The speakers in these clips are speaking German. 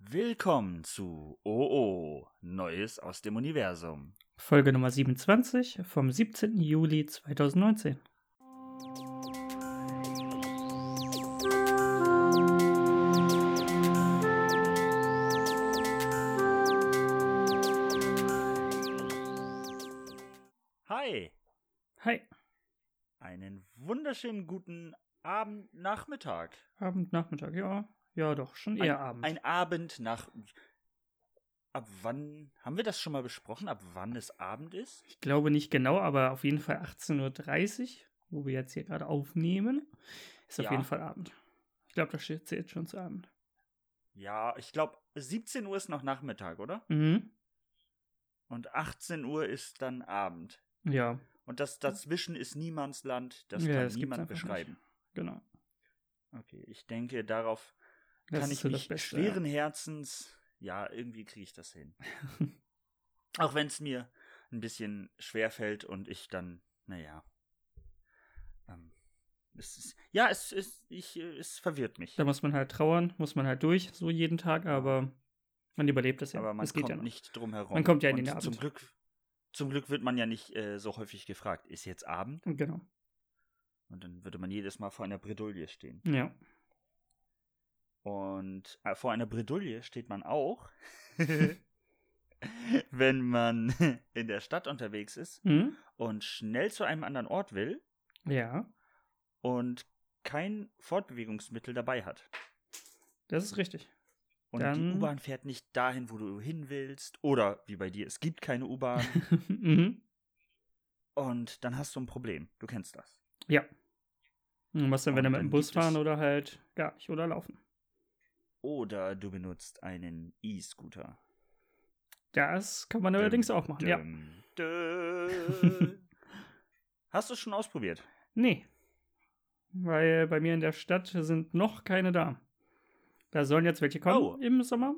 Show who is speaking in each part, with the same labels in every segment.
Speaker 1: Willkommen zu OO, Neues aus dem Universum.
Speaker 2: Folge Nummer 27 vom 17. Juli 2019.
Speaker 1: Hi,
Speaker 2: Hi,
Speaker 1: einen wunderschönen guten Abend, Nachmittag.
Speaker 2: Abend, Nachmittag, ja. Ja, doch, schon eher
Speaker 1: ein,
Speaker 2: Abend.
Speaker 1: Ein Abend nach. Ab wann. Haben wir das schon mal besprochen, ab wann es Abend ist?
Speaker 2: ich glaube nicht genau, aber auf jeden Fall 18.30 Uhr, wo wir jetzt hier gerade aufnehmen, ist auf
Speaker 1: Ja.
Speaker 2: jeden Fall Abend. Ich glaube, das steht zählt schon zu Abend.
Speaker 1: Ja, ich glaube, 17 Uhr ist noch Nachmittag, oder?
Speaker 2: Mhm.
Speaker 1: Und 18 Uhr ist dann Abend.
Speaker 2: Ja,
Speaker 1: Und das dazwischen ist Niemandsland, das
Speaker 2: Ja,
Speaker 1: kann
Speaker 2: das gibt's
Speaker 1: niemand
Speaker 2: einfach nicht.
Speaker 1: beschreiben.
Speaker 2: genau.
Speaker 1: Okay, ich denke, darauf
Speaker 2: Das
Speaker 1: kann
Speaker 2: ist
Speaker 1: ich
Speaker 2: so das
Speaker 1: mich
Speaker 2: Beste,
Speaker 1: schweren Herzens, ja, irgendwie kriege ich das hin. Auch wenn es mir ein bisschen schwer fällt und ich dann, naja, ähm, es ist, ja, es ist, ich, äh, es verwirrt mich.
Speaker 2: Da muss man halt trauern, muss man halt durch, so jeden Tag, aber man überlebt das ja.
Speaker 1: Aber man
Speaker 2: es geht
Speaker 1: kommt
Speaker 2: ja noch.
Speaker 1: nicht drum herum.
Speaker 2: Man kommt ja in
Speaker 1: und
Speaker 2: den Abend.
Speaker 1: Zum Glück, zum Glück wird man ja nicht äh, so häufig gefragt, ist jetzt Abend?
Speaker 2: Genau.
Speaker 1: Und dann würde man jedes Mal vor einer Bredouille stehen.
Speaker 2: Ja.
Speaker 1: Und äh, vor einer Bredouille steht man auch, wenn man in der Stadt unterwegs ist
Speaker 2: Mhm.
Speaker 1: und schnell zu einem anderen Ort will
Speaker 2: Ja,
Speaker 1: und kein Fortbewegungsmittel dabei hat.
Speaker 2: das ist richtig.
Speaker 1: Und
Speaker 2: Dann-
Speaker 1: die U-Bahn fährt nicht dahin, wo du hin willst. Oder wie bei dir, es gibt keine U-Bahn.
Speaker 2: mhm.
Speaker 1: und dann hast du ein Problem. Du kennst das.
Speaker 2: Ja. Und was denn, wenn
Speaker 1: Und Oh,
Speaker 2: er mit
Speaker 1: dann
Speaker 2: dem Bus
Speaker 1: gibt es-
Speaker 2: fahren oder halt gar nicht oder laufen?
Speaker 1: Oder du benutzt einen E-Scooter.
Speaker 2: Das kann man allerdings auch machen, ja.
Speaker 1: Düm, düm. Hast du es schon ausprobiert?
Speaker 2: Nee. Weil bei mir in der Stadt sind noch keine da. Da sollen jetzt welche kommen
Speaker 1: Oh.
Speaker 2: im Sommer,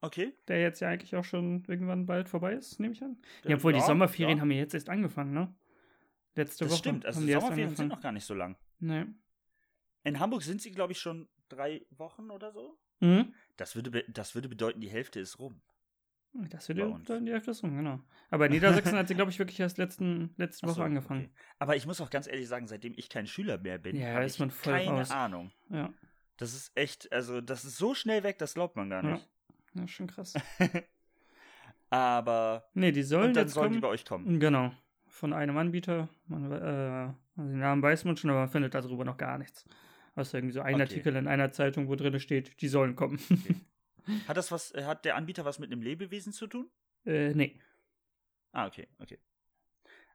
Speaker 1: Okay.
Speaker 2: der jetzt ja eigentlich auch schon irgendwann bald vorbei ist, nehme ich an. Ja, obwohl die Sommerferien haben ja jetzt erst angefangen, ne? Letzte
Speaker 1: Das
Speaker 2: Woche.
Speaker 1: stimmt, also
Speaker 2: haben
Speaker 1: die
Speaker 2: erst
Speaker 1: Sommerferien sind
Speaker 2: angefangen.
Speaker 1: noch gar nicht so lang.
Speaker 2: Nee.
Speaker 1: In Hamburg sind sie, glaube ich, schon drei Wochen oder so.
Speaker 2: Mhm.
Speaker 1: Das würde, be- das würde bedeuten, die Hälfte ist rum.
Speaker 2: Das wird
Speaker 1: Bei
Speaker 2: ja
Speaker 1: uns.
Speaker 2: dann die Hälfte ist rum, genau. Aber in Niedersachsen hat sie, glaube ich, wirklich erst letzten, letzte
Speaker 1: Ach
Speaker 2: Woche
Speaker 1: so,
Speaker 2: angefangen.
Speaker 1: okay. Aber ich muss auch ganz ehrlich sagen, seitdem ich kein Schüler mehr bin,
Speaker 2: Ja,
Speaker 1: habe
Speaker 2: ist
Speaker 1: ich
Speaker 2: man voll
Speaker 1: keine
Speaker 2: raus.
Speaker 1: Ahnung.
Speaker 2: Ja.
Speaker 1: Das ist echt, also das ist so schnell weg, das glaubt man gar
Speaker 2: Ja.
Speaker 1: nicht.
Speaker 2: ja, schon krass.
Speaker 1: Aber
Speaker 2: Nee, die sollen
Speaker 1: und dann
Speaker 2: jetzt
Speaker 1: sollen die
Speaker 2: kommen.
Speaker 1: bei euch kommen.
Speaker 2: Genau. Von einem Anbieter. Man, äh, den Namen weiß man schon, aber man findet darüber noch gar nichts. Außer irgendwie so ein
Speaker 1: Okay.
Speaker 2: Artikel in einer Zeitung, wo drin steht, die sollen kommen. Hm.
Speaker 1: Hat das was, äh, hat der Anbieter was mit einem Lebewesen zu tun?
Speaker 2: äh, nee.
Speaker 1: Ah, okay, okay.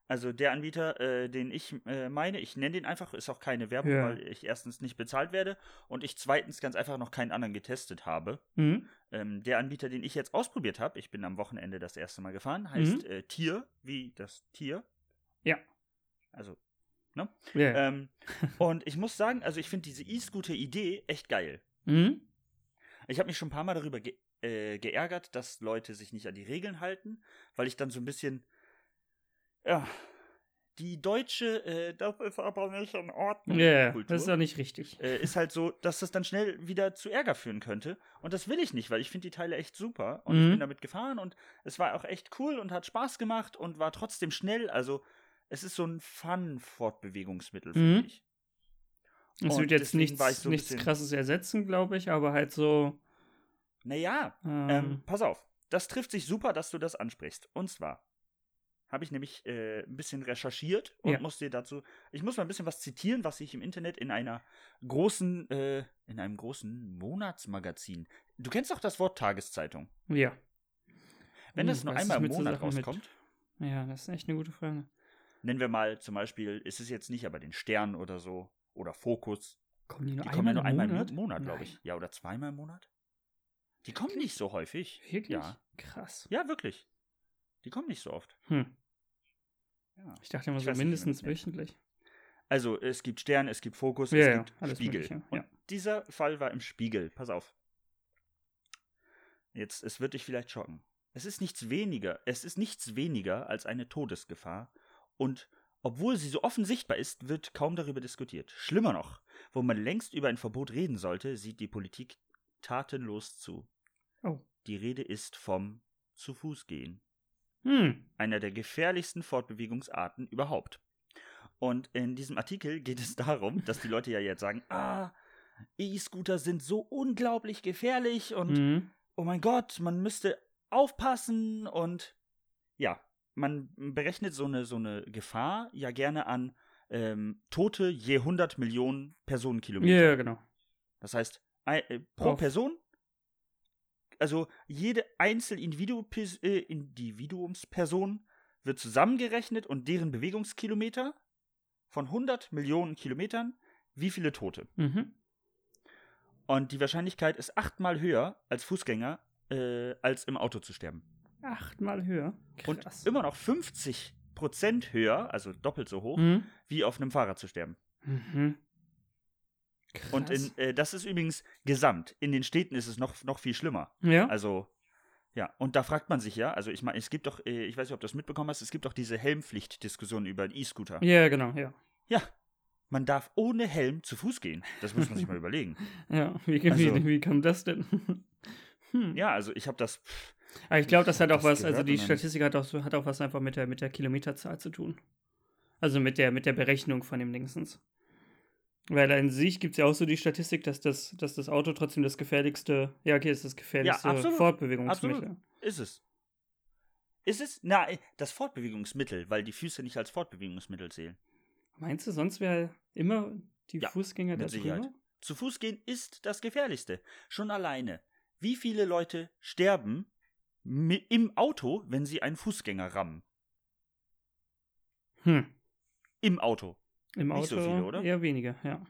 Speaker 1: Also der Anbieter, äh, den ich äh, meine, ich nenne den einfach, ist auch keine Werbung,
Speaker 2: Ja.
Speaker 1: weil ich erstens nicht bezahlt werde und ich zweitens ganz einfach noch keinen anderen getestet habe.
Speaker 2: Mhm.
Speaker 1: Ähm, der Anbieter, den ich jetzt ausprobiert habe, ich bin am Wochenende das erste Mal gefahren,
Speaker 2: Mhm.
Speaker 1: heißt äh, Tier, wie das Tier.
Speaker 2: Ja.
Speaker 1: Also,
Speaker 2: Ja. Hm? ja.
Speaker 1: ähm, und ich muss sagen, also ich finde diese E-Scooter-Idee echt geil.
Speaker 2: mhm.
Speaker 1: Ich habe mich schon ein paar Mal darüber ge äh, geärgert, dass Leute sich nicht an die Regeln halten, weil ich dann so ein bisschen, ja, die deutsche, äh, das ist aber nicht in Ordnung.
Speaker 2: Ja,
Speaker 1: Kultur.
Speaker 2: das ist doch nicht richtig.
Speaker 1: äh, ist halt so, dass das dann schnell wieder zu Ärger führen könnte. Und das will ich nicht, weil ich finde die Teile echt super. Und ich
Speaker 2: Mhm.
Speaker 1: bin damit gefahren und es war auch echt cool und hat Spaß gemacht und war trotzdem schnell. Also es ist so ein Fun-Fortbewegungsmittel für
Speaker 2: Mhm.
Speaker 1: mich.
Speaker 2: Es
Speaker 1: und
Speaker 2: wird jetzt
Speaker 1: deswegen
Speaker 2: nichts,
Speaker 1: war ich so ein
Speaker 2: nichts
Speaker 1: bisschen-
Speaker 2: Krasses ersetzen, glaube ich, aber halt so.
Speaker 1: Naja,
Speaker 2: Ähm,
Speaker 1: ähm, pass auf. Das trifft sich super, dass du das ansprichst. Und zwar habe ich nämlich äh, ein bisschen recherchiert und
Speaker 2: Ja.
Speaker 1: muss dir dazu, ich muss mal ein bisschen was zitieren, was ich im Internet in einer großen, äh, in einem großen Monatsmagazin. Du kennst doch das Wort Tageszeitung.
Speaker 2: ja.
Speaker 1: Ähm, Wenn
Speaker 2: Hm,
Speaker 1: das nur
Speaker 2: was ist
Speaker 1: einmal im
Speaker 2: mit so
Speaker 1: Monat
Speaker 2: Sachen mit-
Speaker 1: rauskommt,
Speaker 2: Ja, das ist echt eine gute Frage.
Speaker 1: nennen wir mal zum Beispiel, ist es jetzt nicht, aber den Stern oder so oder Fokus.
Speaker 2: Kommen die nur
Speaker 1: Die kommen ja nur
Speaker 2: einmal im
Speaker 1: einmal
Speaker 2: Monat?
Speaker 1: im Monat, glaube
Speaker 2: Nein.
Speaker 1: ich. Ja, oder zweimal im Monat. Die kommen nicht so häufig.
Speaker 2: Wirklich?
Speaker 1: Ja.
Speaker 2: Krass.
Speaker 1: Ja, wirklich. Die kommen nicht so oft.
Speaker 2: Hm.
Speaker 1: Ja.
Speaker 2: Ich dachte immer
Speaker 1: Ich
Speaker 2: so
Speaker 1: weiß nicht, wie man das
Speaker 2: mindestens
Speaker 1: nennt.
Speaker 2: wöchentlich.
Speaker 1: Also, es gibt Stern, es gibt Fokus,
Speaker 2: Ja,
Speaker 1: es
Speaker 2: ja,
Speaker 1: gibt
Speaker 2: alles
Speaker 1: Spiegel.
Speaker 2: Mögliche,
Speaker 1: Und
Speaker 2: ja.
Speaker 1: dieser Fall war im Spiegel. Pass auf. Jetzt, es wird dich vielleicht schocken. Es ist nichts weniger, es ist nichts weniger als eine Todesgefahr. Und obwohl sie so offen sichtbar ist, wird kaum darüber diskutiert. Schlimmer noch, wo man längst über ein Verbot reden sollte, sieht die Politik tatenlos zu.
Speaker 2: Oh.
Speaker 1: Die Rede ist vom zu Fuß gehen,
Speaker 2: Hm.
Speaker 1: einer der gefährlichsten Fortbewegungsarten überhaupt. Und in diesem Artikel geht es darum, dass die Leute ja jetzt sagen, ah, E-Scooter sind so unglaublich gefährlich und
Speaker 2: Mhm.
Speaker 1: oh mein Gott, man müsste aufpassen und ja, man berechnet so eine, so eine Gefahr ja gerne an ähm, Tote je 100 Millionen Personenkilometer.
Speaker 2: Ja, genau.
Speaker 1: Das heißt, ei- äh, pro
Speaker 2: Auf-
Speaker 1: Person, also jede Einzelindividuumsperson äh, Individuumsperson wird zusammengerechnet und deren Bewegungskilometer von 100 Millionen Kilometern, wie viele Tote?
Speaker 2: Mhm.
Speaker 1: Und die Wahrscheinlichkeit ist achtmal höher als Fußgänger, äh, als im Auto zu sterben.
Speaker 2: Achtmal höher. Krass.
Speaker 1: Und immer noch 50 Prozent höher, also doppelt so hoch,
Speaker 2: Mhm.
Speaker 1: wie auf einem Fahrrad zu sterben.
Speaker 2: Mhm. Krass.
Speaker 1: Und in, äh, das ist übrigens gesamt. In den Städten ist es noch, noch viel schlimmer.
Speaker 2: ja?
Speaker 1: Also, ja, und da fragt man sich ja, also ich meine, es gibt doch, äh, ich weiß nicht, ob du das mitbekommen hast, es gibt doch diese Helmpflicht-Diskussion über den E-Scooter.
Speaker 2: ja, genau, ja.
Speaker 1: Ja, man darf ohne Helm zu Fuß gehen. Das muss man sich mal überlegen.
Speaker 2: Ja, wie, wie,
Speaker 1: Also-
Speaker 2: wie kam das denn? hm.
Speaker 1: Ja, also ich habe das, pff,
Speaker 2: Aber ich glaube, das hat
Speaker 1: hab
Speaker 2: auch
Speaker 1: das
Speaker 2: was, also
Speaker 1: gehört
Speaker 2: die
Speaker 1: und dann-
Speaker 2: Statistik hat auch, so- hat auch was einfach mit der, mit der Kilometerzahl zu tun. Also mit der, mit der Berechnung von dem Dingsens. Weil an sich gibt es ja auch so die Statistik, dass das, dass das Auto trotzdem das gefährlichste, ja okay, ist das gefährlichste
Speaker 1: absolut.
Speaker 2: Fortbewegungsmittel.
Speaker 1: Absolut. ist es. Ist es? Na, äh, das Fortbewegungsmittel, weil die Füße nicht als Fortbewegungsmittel zählen.
Speaker 2: Meinst du, sonst wäre immer die
Speaker 1: Ja,
Speaker 2: Fußgänger da
Speaker 1: mit Sicherheit.
Speaker 2: drüber?
Speaker 1: Zu Fuß gehen ist das Gefährlichste. Schon alleine. Wie viele Leute sterben mi- im Auto, wenn sie einen Fußgänger rammen?
Speaker 2: Hm.
Speaker 1: Im Auto.
Speaker 2: Im Auto
Speaker 1: Nicht so viele, oder?
Speaker 2: eher weniger, ja.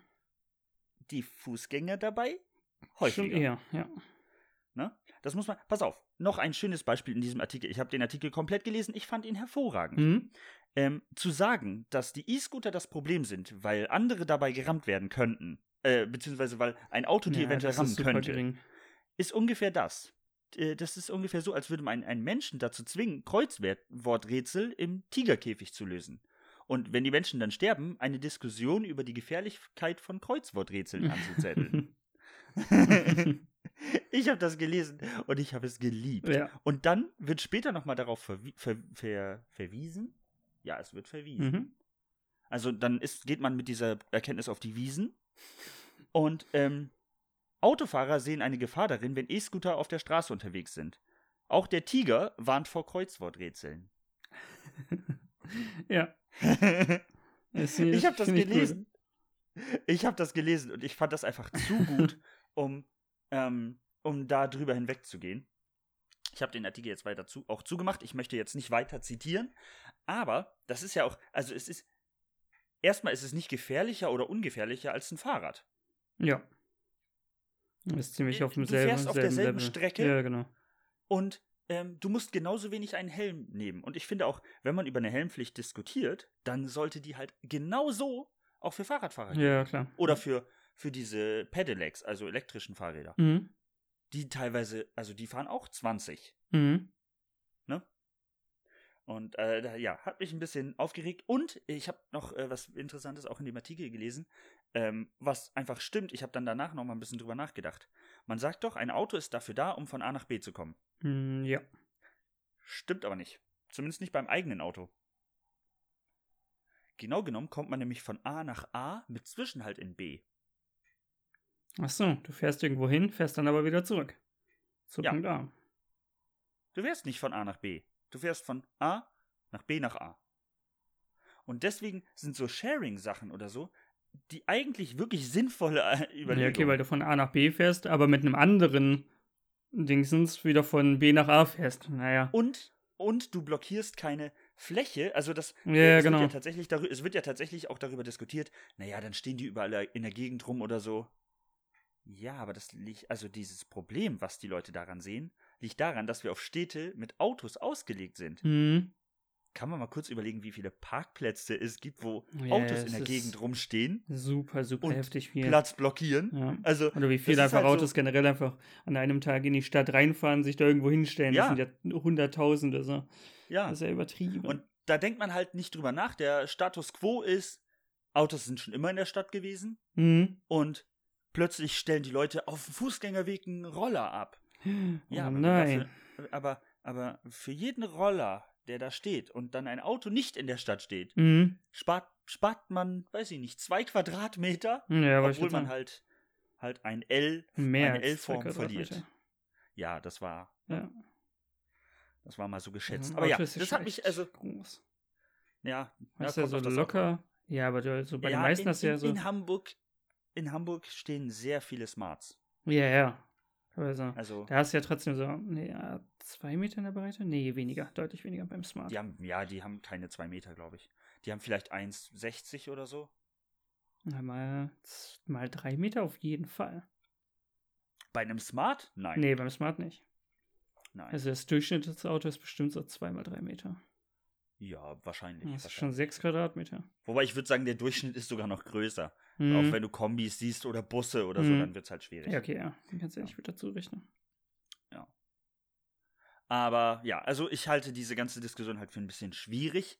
Speaker 1: die Fußgänger dabei
Speaker 2: Schon
Speaker 1: häufiger.
Speaker 2: eher, ja.
Speaker 1: Das muss man. Pass auf, noch ein schönes Beispiel in diesem Artikel. Ich habe den Artikel komplett gelesen, ich fand ihn hervorragend.
Speaker 2: Hm?
Speaker 1: Ähm, zu sagen, dass die E-Scooter das Problem sind, weil andere dabei gerammt werden könnten, äh, beziehungsweise weil ein Auto die
Speaker 2: Ja,
Speaker 1: eventuell
Speaker 2: das
Speaker 1: rammen
Speaker 2: ist super
Speaker 1: könnte,
Speaker 2: gering.
Speaker 1: ist ungefähr das. Äh, Das ist ungefähr so, als würde man einen- einen Menschen dazu zwingen, Kreuzworträtsel im Tigerkäfig zu lösen. Und wenn die Menschen dann sterben, eine Diskussion über die Gefährlichkeit von Kreuzworträtseln anzuzetteln. ich habe das gelesen und ich habe es geliebt.
Speaker 2: ja.
Speaker 1: Und dann wird später nochmal darauf verwi ver ver verwiesen. Ja, es wird verwiesen.
Speaker 2: Mhm.
Speaker 1: Also dann ist, geht man mit dieser Erkenntnis auf die Wiesen. Und ähm, Autofahrer sehen eine Gefahr darin, wenn E-Scooter auf der Straße unterwegs sind. Auch der Tiger warnt vor Kreuzworträtseln.
Speaker 2: Ja. Ist-
Speaker 1: ich habe das
Speaker 2: find ich gut.
Speaker 1: gelesen. Ich habe das gelesen und ich fand das einfach zu gut, um, ähm, um da drüber hinwegzugehen. Ich habe den Artikel jetzt weiter zu, auch zugemacht. Ich möchte jetzt nicht weiter zitieren, aber das ist ja auch, also es ist, erstmal ist es nicht gefährlicher oder ungefährlicher als ein Fahrrad.
Speaker 2: Ja. Ist ziemlich
Speaker 1: Äh, Du
Speaker 2: auf dem
Speaker 1: fährst
Speaker 2: selben,
Speaker 1: auf
Speaker 2: selben
Speaker 1: derselben
Speaker 2: Level.
Speaker 1: Strecke.
Speaker 2: Ja, genau.
Speaker 1: Und ähm, du musst genauso wenig einen Helm nehmen. Und ich finde auch, wenn man über eine Helmpflicht diskutiert, dann sollte die halt genauso auch für Fahrradfahrer gelten.
Speaker 2: Ja, klar.
Speaker 1: Oder für, für diese Pedelecs, also elektrischen Fahrräder.
Speaker 2: Mhm.
Speaker 1: Die teilweise, also die fahren auch 20.
Speaker 2: Mhm.
Speaker 1: Und äh, da- ja, hat mich ein bisschen aufgeregt. Und ich habe noch äh, was Interessantes auch in dem Artikel gelesen, ähm, was einfach stimmt. Ich habe dann danach noch mal ein bisschen drüber nachgedacht. Man sagt doch, ein Auto ist dafür da, um von A nach B zu kommen.
Speaker 2: Mhm. Ja.
Speaker 1: Stimmt aber nicht. Zumindest nicht beim eigenen Auto. Genau genommen kommt man nämlich von A nach A mit Zwischenhalt in B.
Speaker 2: Achso, du fährst irgendwo hin, fährst dann aber wieder zurück. Zu
Speaker 1: Ja.
Speaker 2: Punkt A.
Speaker 1: Du fährst nicht von A nach B. Du fährst von A nach B nach A. Und deswegen sind so Sharing-Sachen oder so die eigentlich wirklich sinnvolle äh,
Speaker 2: Ja,
Speaker 1: Überlegung.
Speaker 2: okay, weil du von A nach B fährst, aber mit einem anderen Dingsens wieder von B nach A fährst. Naja.
Speaker 1: und, und du blockierst keine Fläche. Also das
Speaker 2: Ja,
Speaker 1: äh,
Speaker 2: ja,
Speaker 1: es,
Speaker 2: genau.
Speaker 1: wird ja tatsächlich darü- es wird ja tatsächlich auch darüber diskutiert, naja, dann stehen die überall in der Gegend rum oder so. Ja, aber das liegt, also dieses Problem, was die Leute daran sehen, liegt daran, dass wir auf Städte mit Autos ausgelegt sind.
Speaker 2: Mhm.
Speaker 1: kann man mal kurz überlegen, wie viele Parkplätze es gibt, wo
Speaker 2: Ja,
Speaker 1: Autos
Speaker 2: es
Speaker 1: in der
Speaker 2: ist
Speaker 1: Gegend rumstehen,
Speaker 2: Super, super
Speaker 1: Und
Speaker 2: heftig viel.
Speaker 1: Platz blockieren.
Speaker 2: Ja.
Speaker 1: Also,
Speaker 2: Oder wie viele
Speaker 1: Das ist
Speaker 2: einfach
Speaker 1: halt so-
Speaker 2: Autos generell einfach an einem Tag in die Stadt reinfahren, sich da irgendwo hinstellen.
Speaker 1: Ja.
Speaker 2: Das sind ja Hunderttausende. So.
Speaker 1: ja.
Speaker 2: Das ist ja übertrieben.
Speaker 1: Und da denkt man halt nicht drüber nach. Der Status quo ist, Autos sind schon immer in der Stadt gewesen
Speaker 2: mhm.
Speaker 1: und plötzlich stellen die Leute auf dem Fußgängerweg einen Roller ab. Ja,
Speaker 2: oh
Speaker 1: aber
Speaker 2: nein.
Speaker 1: Dafür, aber, aber für jeden Roller, der da steht und dann ein Auto nicht in der Stadt steht,
Speaker 2: Mhm.
Speaker 1: spart, spart man, weiß ich nicht, zwei Quadratmeter,
Speaker 2: Ja, aber ich
Speaker 1: obwohl
Speaker 2: würde
Speaker 1: man
Speaker 2: sagen,
Speaker 1: halt, halt ein L,
Speaker 2: mehr
Speaker 1: eine
Speaker 2: als zwei
Speaker 1: L-Form verliert.
Speaker 2: Quadratmeter.
Speaker 1: ja, das war,
Speaker 2: Ja.
Speaker 1: das war mal so geschätzt.
Speaker 2: Mhm,
Speaker 1: halt aber ja,
Speaker 2: Auto ist
Speaker 1: das
Speaker 2: schon
Speaker 1: hat mich,
Speaker 2: echt
Speaker 1: also,
Speaker 2: groß.
Speaker 1: ja, ja,
Speaker 2: Hast ja,
Speaker 1: kommt
Speaker 2: so
Speaker 1: auf das Auto
Speaker 2: locker. Ja, aber du, so bei
Speaker 1: ja,
Speaker 2: den meisten
Speaker 1: in,
Speaker 2: hast du ja
Speaker 1: in,
Speaker 2: so.
Speaker 1: in Hamburg, in Hamburg stehen sehr viele Smarts.
Speaker 2: ja, ja. Also,
Speaker 1: Also,
Speaker 2: da hast du ja trotzdem so nee, ja, zwei Meter in der Breite? Nee, weniger. Deutlich weniger beim Smart.
Speaker 1: die haben, ja, die haben keine zwei Meter, glaube ich. Die haben vielleicht 1,60 oder so.
Speaker 2: Na, mal, z- mal drei Meter auf jeden Fall.
Speaker 1: Bei einem Smart? Nein.
Speaker 2: Nee, beim Smart nicht.
Speaker 1: Nein.
Speaker 2: Also das Durchschnitt des Autos ist bestimmt so zwei mal drei Meter.
Speaker 1: Ja, wahrscheinlich.
Speaker 2: Das ist
Speaker 1: wahrscheinlich.
Speaker 2: schon sechs Quadratmeter.
Speaker 1: Wobei ich würde sagen, der Durchschnitt ist sogar noch größer.
Speaker 2: Mhm.
Speaker 1: Auch wenn du Kombis siehst oder Busse oder so,
Speaker 2: Mhm.
Speaker 1: dann wird es halt schwierig.
Speaker 2: ja, okay, ja. Ganz ehrlich, ich würde dazu rechnen.
Speaker 1: Aber ja, also ich halte diese ganze Diskussion halt für ein bisschen schwierig.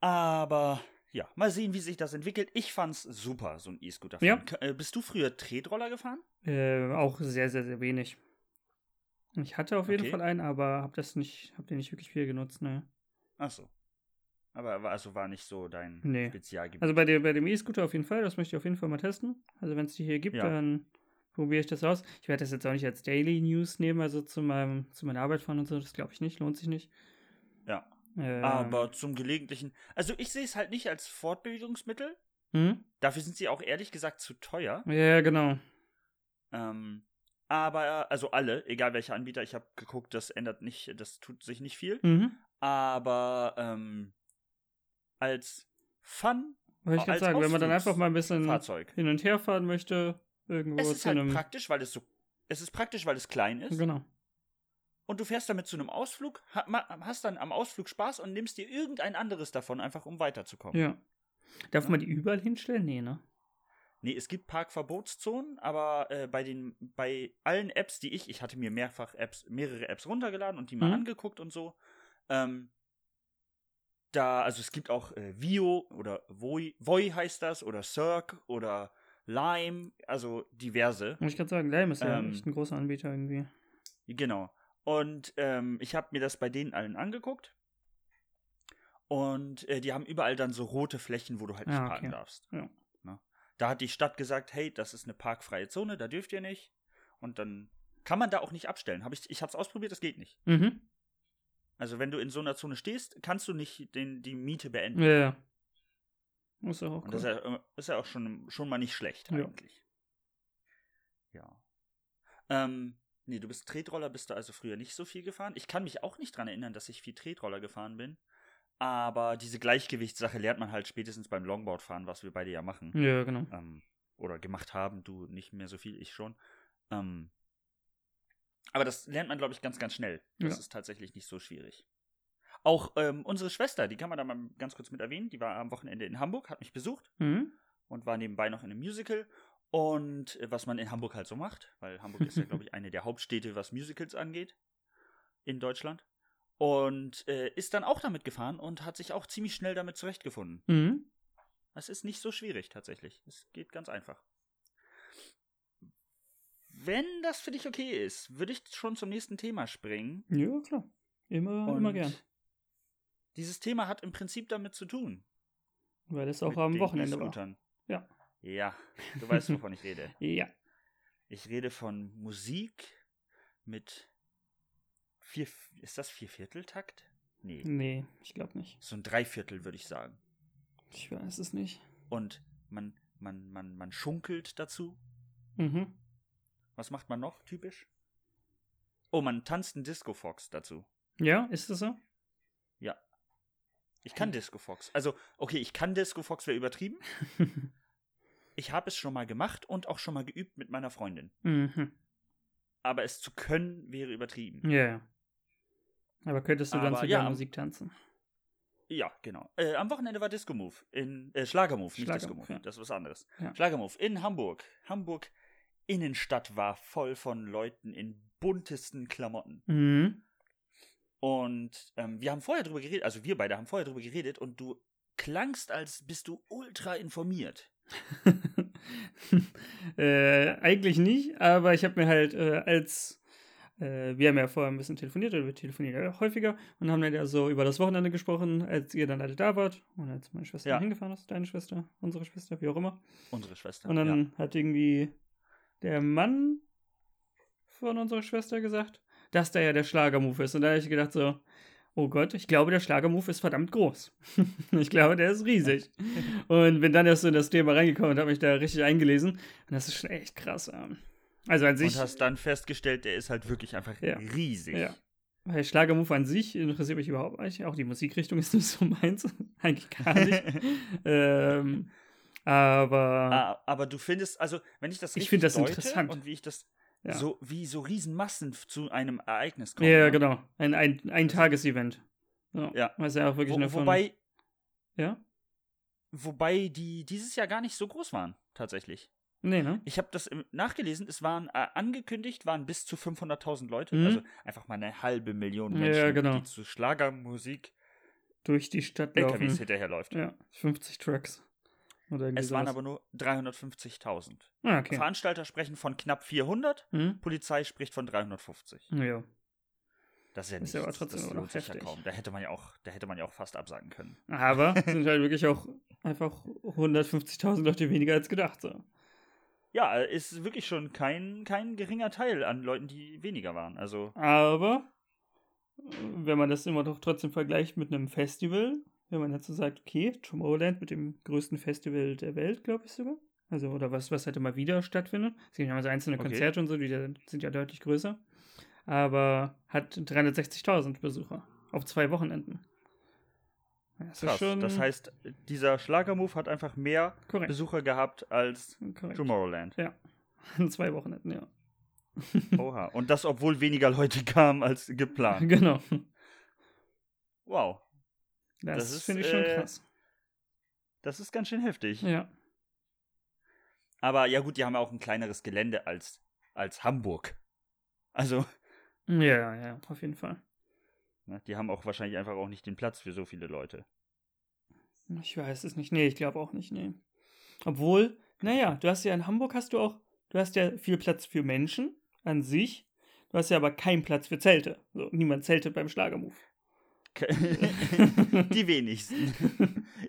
Speaker 1: Aber ja, mal sehen, wie sich das entwickelt. Ich fand's super, so ein E-Scooter.
Speaker 2: Ja.
Speaker 1: K- äh, Bist du früher Tretroller gefahren?
Speaker 2: Äh, auch sehr, sehr, sehr wenig. Ich hatte auf jeden
Speaker 1: Okay.
Speaker 2: Fall einen, aber hab das nicht, hab den nicht wirklich viel genutzt, ne?
Speaker 1: Ach so. Aber war- also war nicht so dein
Speaker 2: Nee.
Speaker 1: Spezialgebiet.
Speaker 2: Also bei, der, bei dem E-Scooter auf jeden Fall, das möchte ich auf jeden Fall mal testen. Also wenn es die hier gibt,
Speaker 1: Ja.
Speaker 2: dann probiere ich das aus. Ich werde das jetzt auch nicht als Daily News nehmen, also zu, meinem, zu meiner Arbeit fahren und so, das glaube ich nicht, lohnt sich nicht.
Speaker 1: Ja.
Speaker 2: Ähm,
Speaker 1: aber zum gelegentlichen. Also ich sehe es halt nicht als Fortbildungsmittel.
Speaker 2: Hm?
Speaker 1: Dafür sind sie auch ehrlich gesagt zu teuer.
Speaker 2: Ja, Ja, genau.
Speaker 1: Ähm, aber, also alle, egal welcher Anbieter, ich habe geguckt, das ändert nicht, das tut sich nicht viel.
Speaker 2: Mhm.
Speaker 1: Aber ähm, als Fun-Fahrzeug
Speaker 2: Wollte ich
Speaker 1: Als
Speaker 2: gerade sagen, wenn man dann einfach mal ein bisschen hin und her fahren möchte, irgendwo
Speaker 1: es ist
Speaker 2: Mhm. zu
Speaker 1: halt
Speaker 2: einem.
Speaker 1: praktisch, weil es so, es ist praktisch, weil es klein ist.
Speaker 2: Genau.
Speaker 1: Und du fährst damit zu einem Ausflug, ha, ma, hast dann am Ausflug Spaß und nimmst dir irgendein anderes davon, einfach um weiterzukommen.
Speaker 2: Ja. Darf
Speaker 1: Ja.
Speaker 2: man die überall hinstellen? Nee, ne?
Speaker 1: Nee, es gibt Parkverbotszonen, aber äh, bei den bei allen Apps, die ich, ich hatte mir mehrfach Apps, mehrere Apps runtergeladen und die mal
Speaker 2: Mhm.
Speaker 1: angeguckt und so. Ähm, da, also es gibt auch äh, Vio oder Voi, Voi heißt das oder Cirque oder Lime, also diverse.
Speaker 2: Muss ich gerade sagen, Lime ist ja
Speaker 1: Ähm.
Speaker 2: echt ein großer Anbieter irgendwie.
Speaker 1: Genau. Und ähm, ich habe mir das bei denen allen angeguckt. Und äh, die haben überall dann so rote Flächen, wo du halt nicht
Speaker 2: Ah,
Speaker 1: parken
Speaker 2: okay.
Speaker 1: darfst.
Speaker 2: Ja.
Speaker 1: Ne? Da hat die Stadt gesagt, hey, das ist eine parkfreie Zone, da dürft ihr nicht. Und dann kann man da auch nicht abstellen. Hab ich ich habe es ausprobiert, das geht nicht.
Speaker 2: Mhm.
Speaker 1: Also wenn du in so einer Zone stehst, kannst du nicht den, die Miete beenden.
Speaker 2: Ja, ja. Muss ja auch
Speaker 1: Und das ist
Speaker 2: cool.
Speaker 1: ja, äh, ist ja auch schon, schon mal nicht schlecht
Speaker 2: Ja.
Speaker 1: eigentlich. Ja. Ähm, nee, du bist Tretroller, bist du also früher nicht so viel gefahren. Ich kann mich auch nicht dran erinnern, dass ich viel Tretroller gefahren bin. Aber diese Gleichgewichtssache lernt man halt spätestens beim Longboardfahren, was wir beide ja machen.
Speaker 2: Ja, genau.
Speaker 1: Ähm, oder gemacht haben, du nicht mehr so viel, ich schon. Ähm, aber das lernt man, glaube ich, ganz, ganz schnell. Das
Speaker 2: Ja.
Speaker 1: ist tatsächlich nicht so schwierig. Auch ähm, unsere Schwester, die kann man da mal ganz kurz mit erwähnen, die war am Wochenende in Hamburg, hat mich besucht
Speaker 2: Mhm.
Speaker 1: und war nebenbei noch in einem Musical. Und äh, was man in Hamburg halt so macht, weil Hamburg ist ja, glaube ich, eine der Hauptstädte, was Musicals angeht in Deutschland. Und äh, ist dann auch damit gefahren und hat sich auch ziemlich schnell damit zurechtgefunden.
Speaker 2: Mhm.
Speaker 1: Es ist nicht so schwierig tatsächlich. Es geht ganz einfach. Wenn das für dich okay ist, würde ich schon zum nächsten Thema springen.
Speaker 2: Ja, klar. Immer, immer
Speaker 1: Und
Speaker 2: gern.
Speaker 1: Dieses Thema hat im Prinzip damit zu tun.
Speaker 2: Weil es auch
Speaker 1: mit
Speaker 2: am
Speaker 1: den
Speaker 2: Wochenende war.
Speaker 1: E-Scootern.
Speaker 2: Ja.
Speaker 1: Ja, du weißt, wovon ich rede.
Speaker 2: Ja.
Speaker 1: Ich rede von Musik mit vier, ist das Viervierteltakt? Nee,
Speaker 2: Nee, ich glaube nicht.
Speaker 1: so ein Dreiviertel würde ich sagen.
Speaker 2: Ich weiß es nicht.
Speaker 1: Und man, man, man, man schunkelt dazu.
Speaker 2: Mhm.
Speaker 1: Was macht man noch typisch? Oh, man tanzt einen Disco Fox dazu.
Speaker 2: Ja, ist es so?
Speaker 1: Ich kann Disco Fox. Also, okay, ich kann Disco Fox, wäre übertrieben. Ich habe es schon mal gemacht und auch schon mal geübt mit meiner Freundin.
Speaker 2: mhm.
Speaker 1: Aber es zu können wäre übertrieben.
Speaker 2: Ja, ja. Aber könntest du dann
Speaker 1: Aber
Speaker 2: zu
Speaker 1: ja,
Speaker 2: der
Speaker 1: am-
Speaker 2: Musik tanzen?
Speaker 1: Ja, genau. Äh, am Wochenende war Disco Move in äh, Schlager Move, nicht
Speaker 2: Schlager
Speaker 1: Disco
Speaker 2: Move,
Speaker 1: Move.
Speaker 2: ja.
Speaker 1: Das ist was anderes.
Speaker 2: Ja.
Speaker 1: Schlager Move in Hamburg. Hamburg Innenstadt war voll von Leuten in buntesten Klamotten.
Speaker 2: Mhm.
Speaker 1: Und ähm, wir haben vorher drüber geredet, also wir beide haben vorher drüber geredet und du klangst, als bist du ultra informiert.
Speaker 2: äh, eigentlich nicht, aber ich habe mir halt äh, als äh, wir haben ja vorher ein bisschen telefoniert, oder wir telefonieren ja auch häufiger und haben dann ja so über das Wochenende gesprochen, als ihr dann alle da wart und als meine Schwester
Speaker 1: Ja.
Speaker 2: dann hingefahren ist, deine Schwester, unsere Schwester, wie auch immer.
Speaker 1: Unsere Schwester.
Speaker 2: Und dann hat irgendwie der Mann von unserer Schwester gesagt, dass da ja der Schlagermove ist. Und da habe ich gedacht so, oh Gott, ich glaube, der Schlagermove ist verdammt groß. ich glaube, der ist riesig. Und bin dann erst so in das Thema reingekommen und habe mich da richtig eingelesen. Und das ist schon echt krass. ähm. Also an
Speaker 1: ja.
Speaker 2: sich,
Speaker 1: Und hast dann festgestellt, der ist halt wirklich einfach
Speaker 2: Ja.
Speaker 1: riesig.
Speaker 2: Ja. weil Schlagermove an sich interessiert mich überhaupt nicht. Auch die Musikrichtung ist nicht so meins. Eigentlich gar nicht. ähm, aber
Speaker 1: Ah, aber du findest, also wenn ich das
Speaker 2: Ich
Speaker 1: richtig
Speaker 2: find das
Speaker 1: deute
Speaker 2: interessant.
Speaker 1: und wie ich das
Speaker 2: Ja.
Speaker 1: so wie so Riesenmassen f- zu einem Ereignis kommen.
Speaker 2: ja,
Speaker 1: ne?
Speaker 2: genau. Ein, ein, ein Tagesevent. Ja.
Speaker 1: Ja.
Speaker 2: Was ja auch wirklich nur
Speaker 1: Wo,
Speaker 2: von,
Speaker 1: wobei
Speaker 2: Ja?
Speaker 1: wobei die dieses Jahr gar nicht so groß waren tatsächlich.
Speaker 2: Nee, ne?
Speaker 1: Ich habe das im- nachgelesen. Es waren äh, angekündigt waren bis zu 500.000 Leute,
Speaker 2: Mhm.
Speaker 1: also einfach mal eine halbe Million
Speaker 2: Ja,
Speaker 1: Menschen,
Speaker 2: genau.
Speaker 1: die zu Schlagermusik
Speaker 2: Durch die Stadt
Speaker 1: LKWs
Speaker 2: laufen.
Speaker 1: hinterherläuft.
Speaker 2: Ja, 50 Trucks. Oder irgendwie
Speaker 1: es waren
Speaker 2: sowas.
Speaker 1: aber nur 350.000.
Speaker 2: Ah, okay.
Speaker 1: Veranstalter sprechen von knapp 400,
Speaker 2: Hm?
Speaker 1: Polizei spricht von 350.
Speaker 2: Ja.
Speaker 1: Das ist ja
Speaker 2: Ist
Speaker 1: nicht.
Speaker 2: ja aber
Speaker 1: das
Speaker 2: trotzdem immer noch
Speaker 1: lohnt sich ja
Speaker 2: heftig.
Speaker 1: kaum. Da hätte man ja auch, da hätte man ja auch fast absagen können.
Speaker 2: Aber sind halt wirklich auch einfach 150.000 Leute weniger als gedacht. So.
Speaker 1: Ja, äh, ist wirklich schon kein, kein geringer Teil an Leuten, die weniger waren. Also,
Speaker 2: Aber äh, wenn man das immer doch trotzdem vergleicht mit einem Festival, wenn man dazu sagt, okay, Tomorrowland mit dem größten Festival der Welt, glaube ich sogar. Also, oder was, was halt immer wieder stattfindet. Es gibt ja immer so einzelne
Speaker 1: Okay.
Speaker 2: Konzerte und so, die da- sind ja deutlich größer. Aber hat 360.000 Besucher auf zwei Wochenenden. Das
Speaker 1: krass. Das heißt, dieser Schlagermove hat einfach mehr
Speaker 2: korrekt.
Speaker 1: Besucher gehabt als
Speaker 2: korrekt.
Speaker 1: Tomorrowland.
Speaker 2: An zwei Wochenenden, ja.
Speaker 1: Oha. Und das, obwohl weniger Leute kamen als geplant.
Speaker 2: Genau.
Speaker 1: Wow.
Speaker 2: Das,
Speaker 1: ist,
Speaker 2: finde ich schon
Speaker 1: äh,
Speaker 2: krass.
Speaker 1: Das ist ganz schön heftig.
Speaker 2: Ja.
Speaker 1: Aber ja, gut, die haben ja auch ein kleineres Gelände als, als Hamburg. Also,
Speaker 2: Ja, ja, auf jeden Fall.
Speaker 1: ne, die haben auch wahrscheinlich einfach auch nicht den Platz für so viele Leute.
Speaker 2: Ich weiß es nicht. Nee, ich glaube auch nicht, nee. Obwohl, naja, du hast ja in Hamburg hast du auch, du hast ja viel Platz für Menschen an sich. Du hast ja aber keinen Platz für Zelte. So, niemand zeltet beim Schlagermove.
Speaker 1: Die wenigsten.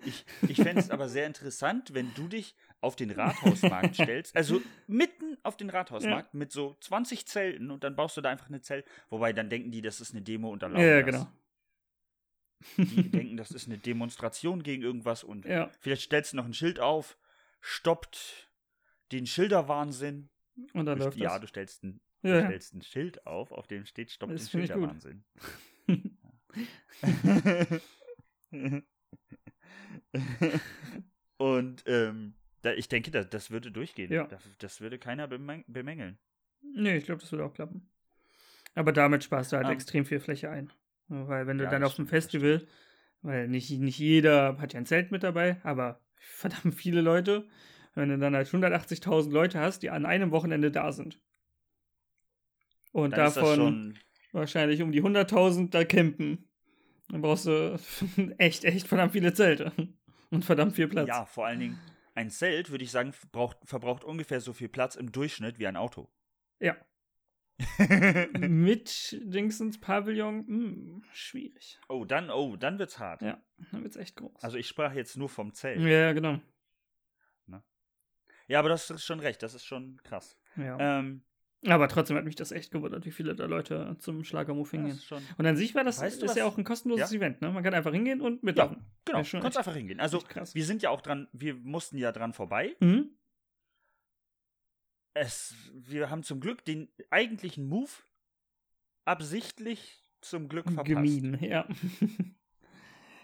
Speaker 1: Ich, ich fände es aber sehr interessant, wenn du dich auf den Rathausmarkt stellst, also mitten auf den Rathausmarkt mit so 20 Zelten und dann baust du da einfach eine Zelt, wobei dann denken die, das ist eine Demo und erlauben
Speaker 2: ja,
Speaker 1: das.
Speaker 2: genau.
Speaker 1: Die denken, das ist eine Demonstration gegen irgendwas und
Speaker 2: Ja.
Speaker 1: vielleicht stellst du noch ein Schild auf, stoppt den Schilderwahnsinn.
Speaker 2: Und dann
Speaker 1: Du-
Speaker 2: läuft
Speaker 1: ja,
Speaker 2: das.
Speaker 1: du stellst ein, du
Speaker 2: Ja, ja.
Speaker 1: stellst ein Schild auf, auf dem steht stoppt
Speaker 2: Das
Speaker 1: den
Speaker 2: find ich gut.
Speaker 1: Schilderwahnsinn. Und ähm, da, ich denke, da, das würde durchgehen.
Speaker 2: Ja.
Speaker 1: Da, das würde keiner bemäng- bemängeln.
Speaker 2: Nee, ich glaube, das würde auch klappen. Aber damit sparst du halt
Speaker 1: Ah.
Speaker 2: extrem viel Fläche ein. Weil wenn du
Speaker 1: Ja,
Speaker 2: dann
Speaker 1: das
Speaker 2: auf dem
Speaker 1: stimmt, das
Speaker 2: Festival, weil nicht, nicht jeder hat ja ein Zelt mit dabei, aber verdammt viele Leute, wenn du dann halt 180.000 Leute hast, die an einem Wochenende da sind. Und
Speaker 1: Dann ist das
Speaker 2: davon
Speaker 1: schon,
Speaker 2: wahrscheinlich um die 100.000 da campen. Dann brauchst du echt, echt verdammt viele Zelte. Und verdammt viel Platz.
Speaker 1: ja, vor allen Dingen ein Zelt, würde ich sagen, braucht, verbraucht ungefähr so viel Platz im Durchschnitt wie ein Auto.
Speaker 2: Ja. Mit Dingsens Pavillon, hm, schwierig.
Speaker 1: oh, dann, oh, dann wird's hart.
Speaker 2: Ja, dann wird's echt groß.
Speaker 1: Also ich sprach jetzt nur vom Zelt. Ja,
Speaker 2: Ja, genau.
Speaker 1: aber das ist schon recht, das ist schon krass.
Speaker 2: Ja.
Speaker 1: Ähm,
Speaker 2: Aber trotzdem hat mich das echt gewundert, wie viele da Leute zum Schlagermove
Speaker 1: das
Speaker 2: hingehen.
Speaker 1: ist schon,
Speaker 2: Und an sich war das
Speaker 1: Weißt du,
Speaker 2: ist ja
Speaker 1: was-
Speaker 2: auch ein kostenloses
Speaker 1: Ja?
Speaker 2: Event, ne? Man kann einfach hingehen und mitmachen.
Speaker 1: genau,
Speaker 2: schon
Speaker 1: kannst
Speaker 2: echt-
Speaker 1: einfach hingehen. Also
Speaker 2: Echt krass.
Speaker 1: wir sind ja auch dran, wir mussten ja dran vorbei.
Speaker 2: Mhm.
Speaker 1: es, wir haben zum Glück den eigentlichen Move absichtlich zum Glück verpasst.
Speaker 2: Gemieden, ja.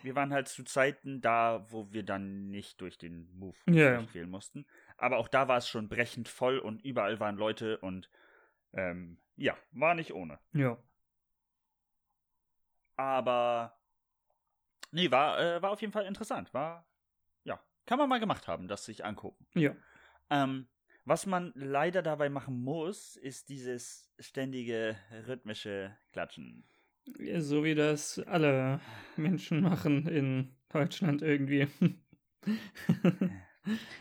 Speaker 1: Wir waren halt zu Zeiten da, wo wir dann nicht durch den Move
Speaker 2: Ja, ja.
Speaker 1: quälen mussten. Aber auch da war es schon brechend voll und überall waren Leute und ähm, ja, war nicht ohne.
Speaker 2: ja.
Speaker 1: Aber nee, war, äh, war auf jeden Fall interessant. War, ja, kann man mal gemacht haben, das sich angucken.
Speaker 2: Ja.
Speaker 1: Ähm, was man leider dabei machen muss, ist dieses ständige rhythmische Klatschen.
Speaker 2: Ja, So wie das alle Menschen machen in Deutschland irgendwie.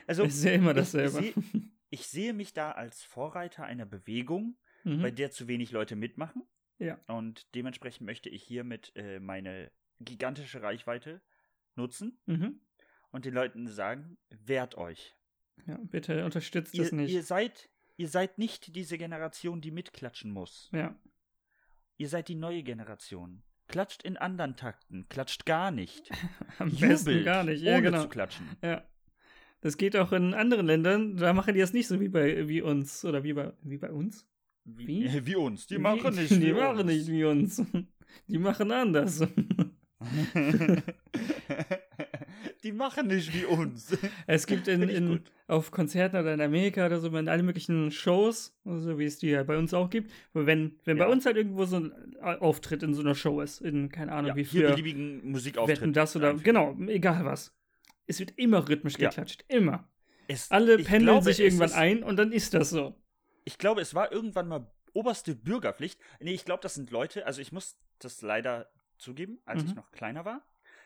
Speaker 1: Also
Speaker 2: Es ist ja immer
Speaker 1: ich- Also,
Speaker 2: dasselbe.
Speaker 1: Ich, seh- ich sehe mich da als Vorreiter einer Bewegung,
Speaker 2: Mhm.
Speaker 1: bei der zu wenig Leute mitmachen.
Speaker 2: Ja.
Speaker 1: Und dementsprechend möchte ich hiermit äh, meine gigantische Reichweite nutzen
Speaker 2: mhm.
Speaker 1: und den Leuten sagen, wehrt euch.
Speaker 2: ja, bitte unterstützt
Speaker 1: Ihr,
Speaker 2: es nicht.
Speaker 1: ihr seid ihr seid nicht diese Generation, die mitklatschen muss.
Speaker 2: ja,
Speaker 1: Ihr seid die neue Generation. Klatscht in anderen Takten, klatscht gar nicht.
Speaker 2: am besten gar nicht. Ja,
Speaker 1: ohne
Speaker 2: genau.
Speaker 1: zu klatschen.
Speaker 2: Ja. Das geht auch in anderen Ländern, da machen die das nicht so wie bei wie uns oder wie bei wie bei uns.
Speaker 1: Wie,
Speaker 2: Wie?
Speaker 1: wie? uns. Die machen nicht.
Speaker 2: Die
Speaker 1: wie
Speaker 2: machen
Speaker 1: uns.
Speaker 2: nicht wie uns. Die machen anders.
Speaker 1: die machen nicht wie uns.
Speaker 2: Es gibt in,
Speaker 1: Finde ich
Speaker 2: in
Speaker 1: gut.
Speaker 2: auf Konzerten oder in Amerika oder so, in allen möglichen Shows, so wie es die ja bei uns auch gibt, aber wenn, wenn
Speaker 1: Ja.
Speaker 2: bei uns halt irgendwo so ein Auftritt in so einer Show ist, in keine Ahnung
Speaker 1: Ja,
Speaker 2: wie
Speaker 1: hier
Speaker 2: viel
Speaker 1: beliebigen Musikauftritt.
Speaker 2: Wetten das oder
Speaker 1: Einfach.
Speaker 2: genau, egal was. Es wird immer rhythmisch
Speaker 1: Ja.
Speaker 2: geklatscht, immer.
Speaker 1: Es-
Speaker 2: Alle
Speaker 1: ich
Speaker 2: pendeln
Speaker 1: glaube,
Speaker 2: sich
Speaker 1: es
Speaker 2: irgendwann
Speaker 1: ist,
Speaker 2: ein und dann ist das so.
Speaker 1: Ich glaube, es war irgendwann mal oberste Bürgerpflicht. Nee, ich glaube, das sind Leute, also ich muss das leider zugeben, als
Speaker 2: Mhm.
Speaker 1: ich noch kleiner war.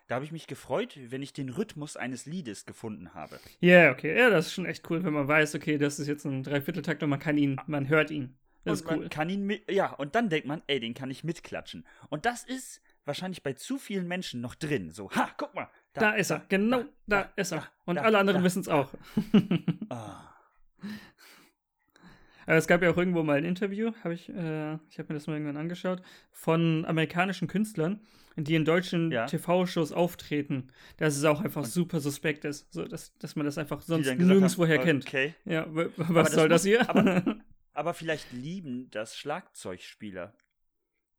Speaker 1: Da habe ich mich gefreut, wenn ich den Rhythmus eines Liedes gefunden habe.
Speaker 2: Ja, okay. Ja, das ist schon echt cool, wenn man weiß, okay, das ist jetzt ein Dreivierteltakt und man kann ihn, man hört ihn. Das
Speaker 1: und
Speaker 2: ist
Speaker 1: man
Speaker 2: cool.
Speaker 1: kann ihn mit, ja, und dann denkt man, ey, den kann ich mitklatschen. Und das ist wahrscheinlich bei zu vielen Menschen noch drin. So, ha, guck mal.
Speaker 2: Da, ist er, genau, da,
Speaker 1: da,
Speaker 2: ist er.
Speaker 1: da,
Speaker 2: und
Speaker 1: da,
Speaker 2: alle anderen
Speaker 1: da,
Speaker 2: wissen es auch.
Speaker 1: Ah,
Speaker 2: Aber es gab ja auch irgendwo mal ein Interview, habe ich, äh, ich habe mir das mal irgendwann angeschaut, von amerikanischen Künstlern, die in deutschen
Speaker 1: Ja.
Speaker 2: TV-Shows auftreten, dass es auch einfach super suspekt ist, so, dass, dass man das einfach sonst
Speaker 1: gesagt haben, äh,
Speaker 2: nirgendwoher kennt.
Speaker 1: Okay.
Speaker 2: Ja, w- w-
Speaker 1: Aber
Speaker 2: was soll das
Speaker 1: muss-
Speaker 2: hier?
Speaker 1: Aber, aber vielleicht lieben das Schlagzeugspieler.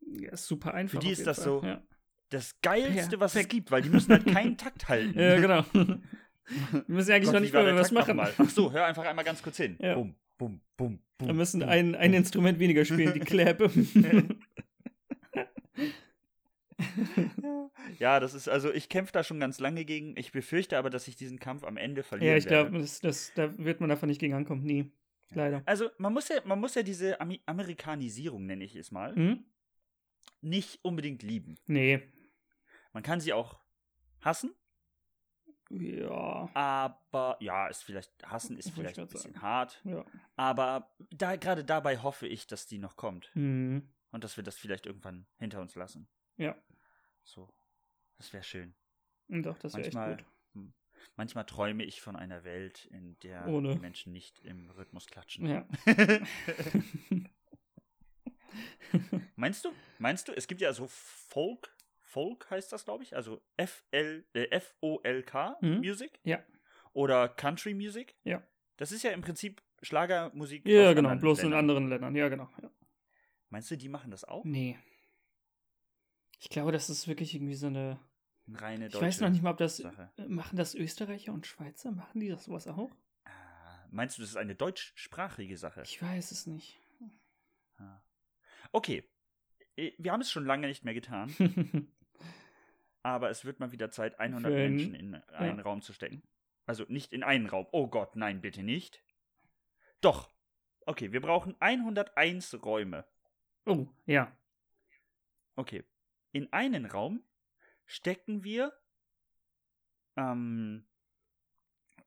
Speaker 2: ja, ist super einfach.
Speaker 1: die
Speaker 2: auf
Speaker 1: ist
Speaker 2: jeden
Speaker 1: das
Speaker 2: Fall.
Speaker 1: so-
Speaker 2: Ja,
Speaker 1: Das Geilste, was es
Speaker 2: Perfekt.
Speaker 1: gibt, weil die müssen halt keinen Takt halten.
Speaker 2: ja genau. Wir müssen eigentlich
Speaker 1: Gott,
Speaker 2: noch
Speaker 1: wie
Speaker 2: nicht
Speaker 1: war
Speaker 2: mal
Speaker 1: der
Speaker 2: was
Speaker 1: Takt noch
Speaker 2: machen.
Speaker 1: mal? Ach so, hör einfach einmal ganz kurz hin.
Speaker 2: Ja.
Speaker 1: Bum, bum, bum, bum.
Speaker 2: Wir müssen
Speaker 1: bum.
Speaker 2: ein, ein Instrument weniger spielen, die Clap.
Speaker 1: Ja, das ist, also ich kämpfe da schon ganz lange gegen. Ich befürchte aber, dass ich diesen Kampf am Ende verlieren
Speaker 2: ja, ich
Speaker 1: werde.
Speaker 2: glaube, das, das, da wird man davon nicht gegen ankommen. Nie. Leider.
Speaker 1: Also man muss ja, man muss ja diese Ami Amerikanisierung, nenne ich es mal,
Speaker 2: Hm?
Speaker 1: nicht unbedingt lieben.
Speaker 2: Nee.
Speaker 1: Man kann sie auch hassen,
Speaker 2: Ja.
Speaker 1: aber ja, ist vielleicht hassen ist
Speaker 2: Wollte ich
Speaker 1: vielleicht ein
Speaker 2: grad
Speaker 1: bisschen
Speaker 2: sagen.
Speaker 1: hart.
Speaker 2: ja.
Speaker 1: Aber da gerade dabei hoffe ich, dass die noch kommt
Speaker 2: Hm.
Speaker 1: und dass wir das vielleicht irgendwann hinter uns lassen.
Speaker 2: Ja.
Speaker 1: So, das wäre schön.
Speaker 2: Und Doch, das wäre echt
Speaker 1: Manchmal,
Speaker 2: gut.
Speaker 1: hm, manchmal träume ich von einer Welt, in der
Speaker 2: Ohne.
Speaker 1: die Menschen nicht im Rhythmus klatschen.
Speaker 2: Ja.
Speaker 1: Meinst du? Meinst du? Es gibt ja so Folk, Folk heißt das, glaube ich, also F L äh, F O L K
Speaker 2: Mhm.
Speaker 1: Music.
Speaker 2: Ja.
Speaker 1: Oder Country Music.
Speaker 2: Ja.
Speaker 1: Das ist ja im Prinzip Schlagermusik. aus
Speaker 2: Ja, genau.
Speaker 1: anderen
Speaker 2: Bloß in
Speaker 1: Ländern.
Speaker 2: anderen Ländern. Ja, genau. Ja.
Speaker 1: Meinst du, die machen das auch?
Speaker 2: Nee. Ich glaube, das ist wirklich irgendwie so eine.
Speaker 1: Eine Reine
Speaker 2: Ich
Speaker 1: deutsche
Speaker 2: weiß noch nicht mal, ob das. äh,
Speaker 1: Sache.
Speaker 2: Machen das Österreicher und Schweizer? Machen die das sowas auch?
Speaker 1: Ah, Meinst du, das ist eine deutschsprachige Sache?
Speaker 2: Ich weiß es nicht.
Speaker 1: Ah. Okay. Äh, Wir haben es schon lange nicht mehr getan, aber es wird mal wieder Zeit, 100
Speaker 2: Für ein-
Speaker 1: Menschen in einen Raum zu stecken. Also nicht in einen Raum. Oh Gott, nein, bitte nicht. Doch. Okay, wir brauchen 101 Räume.
Speaker 2: oh, ja.
Speaker 1: Okay. In einen Raum stecken wir, ähm,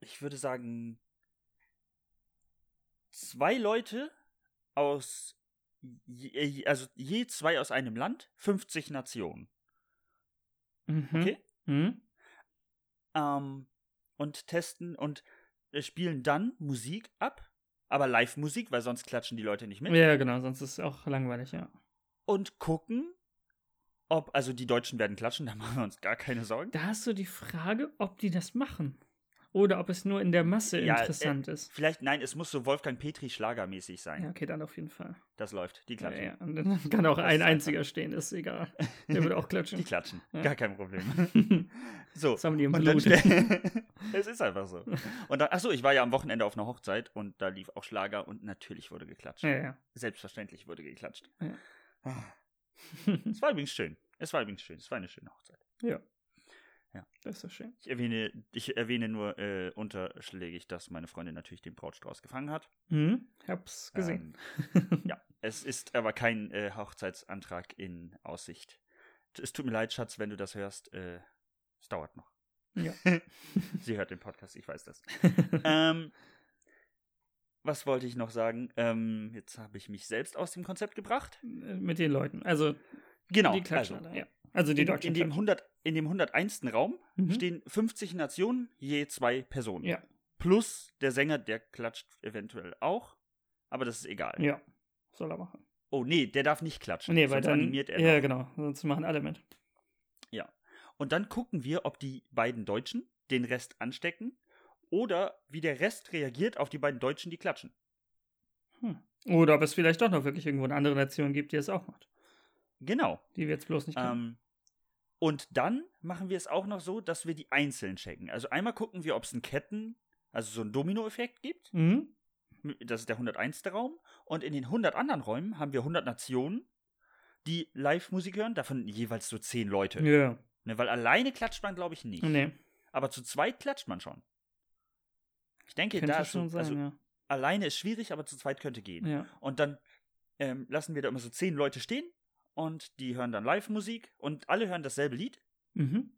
Speaker 1: ich würde sagen, zwei Leute aus, je, also je zwei aus einem Land, 50 Nationen.
Speaker 2: Mhm.
Speaker 1: Okay?
Speaker 2: Hm?
Speaker 1: Ähm, und testen und äh, spielen dann Musik ab, aber Live-Musik, weil sonst klatschen die Leute nicht mit.
Speaker 2: Ja, genau, sonst ist es auch langweilig, ja.
Speaker 1: Und gucken, ob, also die Deutschen werden klatschen, da machen wir uns gar keine Sorgen.
Speaker 2: Da hast du die Frage, ob die das machen. Oder ob es nur in der Masse
Speaker 1: Ja, äh,
Speaker 2: interessant ist.
Speaker 1: Vielleicht, nein, es muss so Wolfgang Petri schlagermäßig sein.
Speaker 2: Ja, okay, dann auf jeden Fall.
Speaker 1: Das läuft. Die
Speaker 2: Ja,
Speaker 1: klatschen.
Speaker 2: ja. Und dann kann auch
Speaker 1: Das ist
Speaker 2: ein
Speaker 1: einfach.
Speaker 2: einziger stehen, ist egal. Der würde auch
Speaker 1: Die
Speaker 2: klatschen.
Speaker 1: klatschen.
Speaker 2: Ja.
Speaker 1: Gar kein Problem.
Speaker 2: das
Speaker 1: So.
Speaker 2: haben die im
Speaker 1: Und dann
Speaker 2: Blut.
Speaker 1: ste- es ist einfach so. Und dann, achso, ich war ja am Wochenende auf einer Hochzeit und da lief auch Schlager und natürlich wurde geklatscht.
Speaker 2: Ja, ja.
Speaker 1: Selbstverständlich wurde geklatscht.
Speaker 2: Ja.
Speaker 1: Ah, Es war übrigens schön. Es war übrigens schön. Es war eine schöne Hochzeit.
Speaker 2: Das ist doch schön.
Speaker 1: Ich erwähne, ich erwähne nur äh, unterschlägig, dass meine Freundin natürlich den Brautstrauß gefangen hat.
Speaker 2: Hm? Hab's gesehen.
Speaker 1: Ähm, ja, es ist aber kein äh, Hochzeitsantrag in Aussicht. T- Es tut mir leid, Schatz, wenn du das hörst. Äh, es dauert noch.
Speaker 2: Ja.
Speaker 1: Sie hört den Podcast, ich weiß das. Ähm, was wollte ich noch sagen? Ähm, jetzt habe ich mich selbst aus dem Konzept gebracht.
Speaker 2: Mit den Leuten. Also
Speaker 1: Genau.
Speaker 2: die klatschen
Speaker 1: also,
Speaker 2: alle. Ja. Also die
Speaker 1: in,
Speaker 2: Deutschen.
Speaker 1: in, dem
Speaker 2: klatschen.
Speaker 1: 100, in dem 101. Raum
Speaker 2: Mhm.
Speaker 1: stehen 50 Nationen, je zwei Personen.
Speaker 2: Ja.
Speaker 1: Plus der Sänger, der klatscht eventuell auch. Aber das ist egal.
Speaker 2: Ja, soll er machen.
Speaker 1: Oh, nee, der darf nicht klatschen.
Speaker 2: Nee, weil
Speaker 1: sonst
Speaker 2: dann.
Speaker 1: animiert er.
Speaker 2: ja,
Speaker 1: noch.
Speaker 2: genau. Sonst machen alle mit.
Speaker 1: Und dann gucken wir, ob die beiden Deutschen den Rest anstecken oder wie der Rest reagiert auf die beiden Deutschen, die klatschen.
Speaker 2: Oder ob es vielleicht doch noch wirklich irgendwo eine andere Nation gibt, die es auch macht.
Speaker 1: Genau.
Speaker 2: Die wir jetzt bloß nicht kennen.
Speaker 1: Ähm, und dann machen wir es auch noch so, dass wir die einzeln checken. Also einmal gucken wir, ob es einen Ketten, also so einen Domino-Effekt gibt.
Speaker 2: Mhm.
Speaker 1: Das ist der 101. Raum. Und in den 100 anderen Räumen haben wir 100 Nationen, die Live-Musik hören. Davon jeweils so 10 Leute.
Speaker 2: Mhm. Ja.
Speaker 1: Ne, weil alleine klatscht man, glaube ich, nicht.
Speaker 2: Nee,
Speaker 1: Aber zu zweit klatscht man schon. Ich denke,
Speaker 2: könnte
Speaker 1: da ist so,
Speaker 2: schon sein,
Speaker 1: also
Speaker 2: ja.
Speaker 1: alleine ist schwierig, aber zu zweit könnte gehen.
Speaker 2: ja.
Speaker 1: Und dann ähm, lassen wir da immer so 10 Leute stehen und die hören dann Live-Musik und alle hören dasselbe Lied,
Speaker 2: Mhm.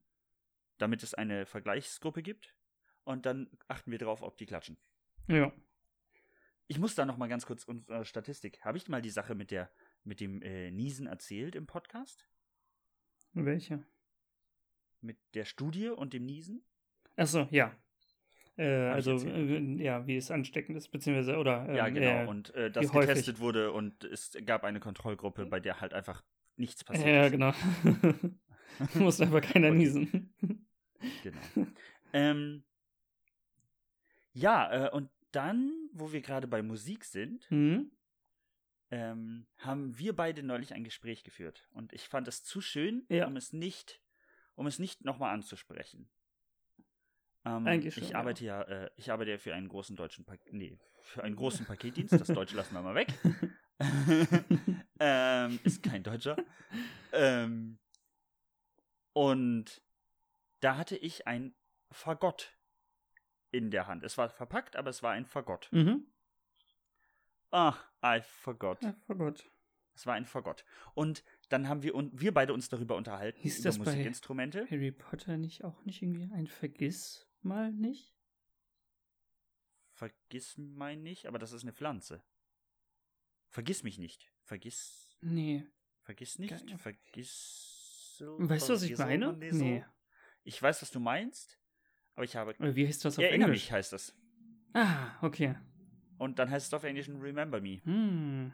Speaker 1: damit es eine Vergleichsgruppe gibt. Und dann achten wir drauf, ob die klatschen.
Speaker 2: Ja.
Speaker 1: Ich muss da noch mal ganz kurz unsere Statistik. Habe ich mal die Sache mit der mit dem äh, Niesen erzählt im Podcast?
Speaker 2: Welche?
Speaker 1: Mit der Studie und dem Niesen?
Speaker 2: Achso, ja. Äh,
Speaker 1: Hab ich
Speaker 2: also,
Speaker 1: erzählt.
Speaker 2: äh, ja, wie es ansteckend ist, beziehungsweise, oder. ähm,
Speaker 1: ja, genau.
Speaker 2: äh,
Speaker 1: und äh,
Speaker 2: wie
Speaker 1: das
Speaker 2: häufig?
Speaker 1: getestet wurde und es gab eine Kontrollgruppe, bei der halt einfach nichts passiert
Speaker 2: Ja,
Speaker 1: ist.
Speaker 2: genau. Muss aber keiner
Speaker 1: Okay.
Speaker 2: niesen.
Speaker 1: Genau. ähm, ja, äh, und dann, wo wir gerade bei Musik sind,
Speaker 2: Mhm.
Speaker 1: ähm, haben wir beide neulich ein Gespräch geführt. Und ich fand es zu schön,
Speaker 2: Ja.
Speaker 1: um es nicht, um es nicht nochmal anzusprechen. Ähm,
Speaker 2: Eigentlich schon,
Speaker 1: ich
Speaker 2: ja.
Speaker 1: arbeite ja, äh, ich arbeite ja für einen großen deutschen pa nee, für einen großen Paketdienst. Das Deutsche lassen wir mal weg. ähm, ist kein Deutscher. ähm, und da hatte ich ein Fagott in der Hand. Es war verpackt, aber es war ein Fagott.
Speaker 2: Mhm.
Speaker 1: Ach, I forgot.
Speaker 2: Ach, oh Gott.
Speaker 1: Es war ein Forgott. Und dann haben wir, un wir beide uns darüber unterhalten,
Speaker 2: Hieß
Speaker 1: über
Speaker 2: das bei-
Speaker 1: Musikinstrumente.
Speaker 2: Harry Potter nicht auch nicht irgendwie ein Vergiss mal nicht?
Speaker 1: Vergiss mein nicht, aber das ist eine Pflanze. Vergiss mich nicht. Vergiss.
Speaker 2: Nee.
Speaker 1: Vergiss nicht.
Speaker 2: Geil.
Speaker 1: Vergiss.
Speaker 2: Weißt du, was ich
Speaker 1: vergiss-
Speaker 2: meine?
Speaker 1: Nee, so.
Speaker 2: Nee.
Speaker 1: Ich weiß, was du meinst, aber ich habe.
Speaker 2: Oder Äh, wie heißt das auf
Speaker 1: Erinnere
Speaker 2: Englisch?
Speaker 1: mich halt. heißt das.
Speaker 2: Ah, okay.
Speaker 1: Und dann heißt es auf Englisch Remember Me.
Speaker 2: Hm.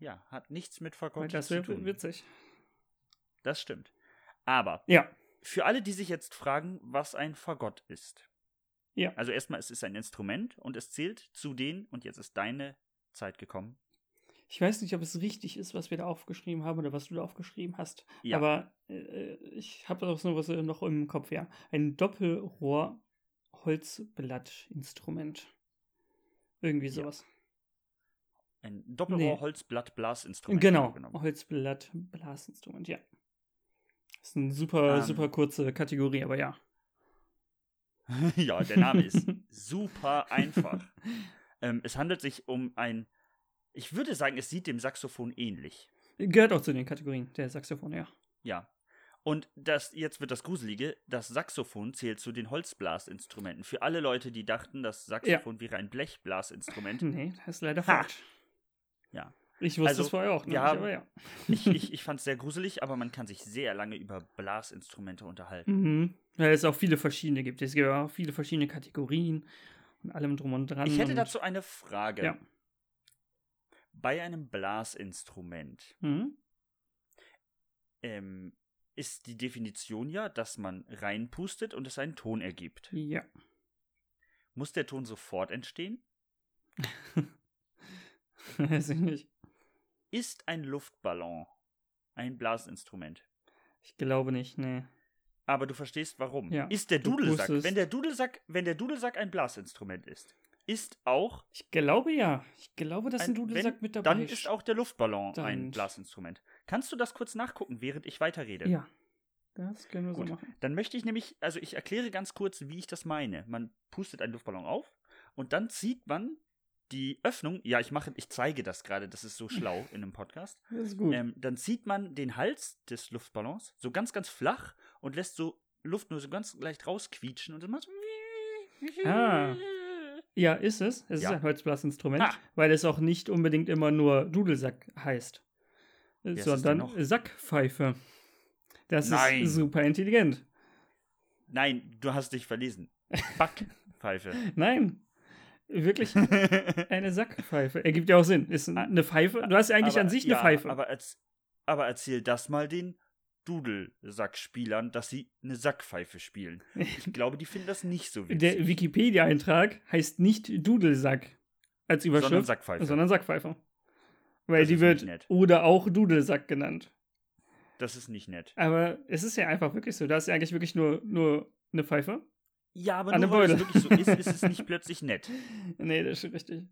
Speaker 1: Ja, hat nichts mit
Speaker 2: Weil
Speaker 1: Forgott
Speaker 2: das
Speaker 1: zu
Speaker 2: wäre
Speaker 1: tun.
Speaker 2: witzig.
Speaker 1: Das stimmt. Aber
Speaker 2: Ja.
Speaker 1: für alle, die sich jetzt fragen, was ein Fagott ist.
Speaker 2: Ja.
Speaker 1: Also erstmal, es ist ein Instrument und es zählt zu den, und jetzt ist deine Zeit gekommen.
Speaker 2: Ich weiß nicht, ob es richtig ist, was wir da aufgeschrieben haben oder was du da aufgeschrieben hast.
Speaker 1: Ja.
Speaker 2: Aber äh, ich habe auch so was äh, noch im Kopf, ja. Ein Doppelrohr-Holzblattinstrument. Irgendwie
Speaker 1: Ja.
Speaker 2: sowas.
Speaker 1: Ein
Speaker 2: Nee.
Speaker 1: Doppelrohr-Holzblatt-Blasinstrument.
Speaker 2: Genau,
Speaker 1: genommen.
Speaker 2: Holzblatt-Blasinstrument, ja. Ist eine super,
Speaker 1: Ähm.
Speaker 2: super kurze Kategorie, aber ja.
Speaker 1: ja, der Name ist super einfach. ähm, es handelt sich um ein, ich würde sagen, es sieht dem Saxophon ähnlich.
Speaker 2: Gehört auch zu den Kategorien der Saxophone, ja.
Speaker 1: Ja. Und das, jetzt wird das Gruselige, das Saxophon zählt zu den Holzblasinstrumenten. Für alle Leute, die dachten, das Saxophon wäre ein Blechblasinstrument,
Speaker 2: Nee, das ist leider
Speaker 1: Ha.
Speaker 2: falsch.
Speaker 1: Ja.
Speaker 2: Ich wusste
Speaker 1: Also,
Speaker 2: es vorher auch nicht,
Speaker 1: wir haben-
Speaker 2: aber ja.
Speaker 1: Ich, ich, ich fand es sehr gruselig, aber man kann sich sehr lange über Blasinstrumente unterhalten.
Speaker 2: Mhm. Weil es auch viele verschiedene gibt. Es gibt auch viele verschiedene Kategorien und allem drum und dran.
Speaker 1: Ich hätte
Speaker 2: Mhm. und,
Speaker 1: dazu eine Frage.
Speaker 2: Ja.
Speaker 1: Bei einem Blasinstrument
Speaker 2: Mhm.
Speaker 1: ähm, ist die Definition ja, dass man reinpustet und es einen Ton ergibt.
Speaker 2: Ja.
Speaker 1: Muss der Ton sofort entstehen?
Speaker 2: Weiß ich nicht.
Speaker 1: Ist ein Luftballon ein Blasinstrument?
Speaker 2: Ich glaube nicht, nee.
Speaker 1: Aber du verstehst warum.
Speaker 2: Ja.
Speaker 1: Ist der
Speaker 2: Du
Speaker 1: Dudelsack,
Speaker 2: pustest.
Speaker 1: wenn der Dudelsack, wenn der Dudelsack ein Blasinstrument ist, ist auch
Speaker 2: Ich glaube ja. Ich glaube, dass ein,
Speaker 1: Ein-
Speaker 2: Dudelsack
Speaker 1: wenn,
Speaker 2: mit dabei
Speaker 1: Dann ist auch der Luftballon
Speaker 2: Dann
Speaker 1: ein
Speaker 2: ist-
Speaker 1: Blasinstrument. Kannst du das kurz nachgucken, während ich weiterrede?
Speaker 2: Ja. Das können wir
Speaker 1: Gut.
Speaker 2: so machen.
Speaker 1: Dann möchte ich nämlich, also ich erkläre ganz kurz, wie ich das meine. Man pustet einen Luftballon auf und dann zieht man die Öffnung. Ja, ich mache, ich zeige das gerade, das ist so schlau in einem Podcast.
Speaker 2: Das ist gut.
Speaker 1: Ähm, dann zieht man den Hals des Luftballons so ganz, ganz flach und lässt so Luft nur so ganz leicht rausquietschen und dann macht
Speaker 2: Ah. Ja, ist es. Es
Speaker 1: Ja.
Speaker 2: ist ein Holzblasinstrument,
Speaker 1: Ah.
Speaker 2: weil es auch nicht unbedingt immer nur Dudelsack heißt, äh,
Speaker 1: ist es denn
Speaker 2: sondern
Speaker 1: noch?
Speaker 2: Sackpfeife. Das
Speaker 1: Nein.
Speaker 2: ist super intelligent.
Speaker 1: Nein, du hast dich verlesen. Backpfeife.
Speaker 2: Nein, wirklich eine Sackpfeife. Ergibt ja auch Sinn. Ist eine Pfeife. Du hast ja eigentlich
Speaker 1: Ah, Aber-
Speaker 2: an sich eine
Speaker 1: ja,
Speaker 2: Pfeife.
Speaker 1: Aber, erz, aber erzähl das mal den Dudelsackspielern, dass sie eine Sackpfeife spielen. Ich glaube, die finden das nicht so witzig.
Speaker 2: Der Wikipedia-Eintrag heißt nicht Dudelsack als Überschrift,
Speaker 1: sondern Sackpfeife.
Speaker 2: sondern, Sackpfeife. Weil
Speaker 1: Das
Speaker 2: die
Speaker 1: ist
Speaker 2: wird
Speaker 1: nicht nett.
Speaker 2: oder auch Dudelsack genannt.
Speaker 1: das ist nicht nett.
Speaker 2: Aber es ist ja einfach wirklich so. Da ist ja eigentlich wirklich nur, nur eine Pfeife.
Speaker 1: Ja, aber
Speaker 2: An
Speaker 1: nur
Speaker 2: der
Speaker 1: weil es
Speaker 2: Beule.
Speaker 1: wirklich so ist, ist es nicht plötzlich nett.
Speaker 2: Nee, das ist schon richtig.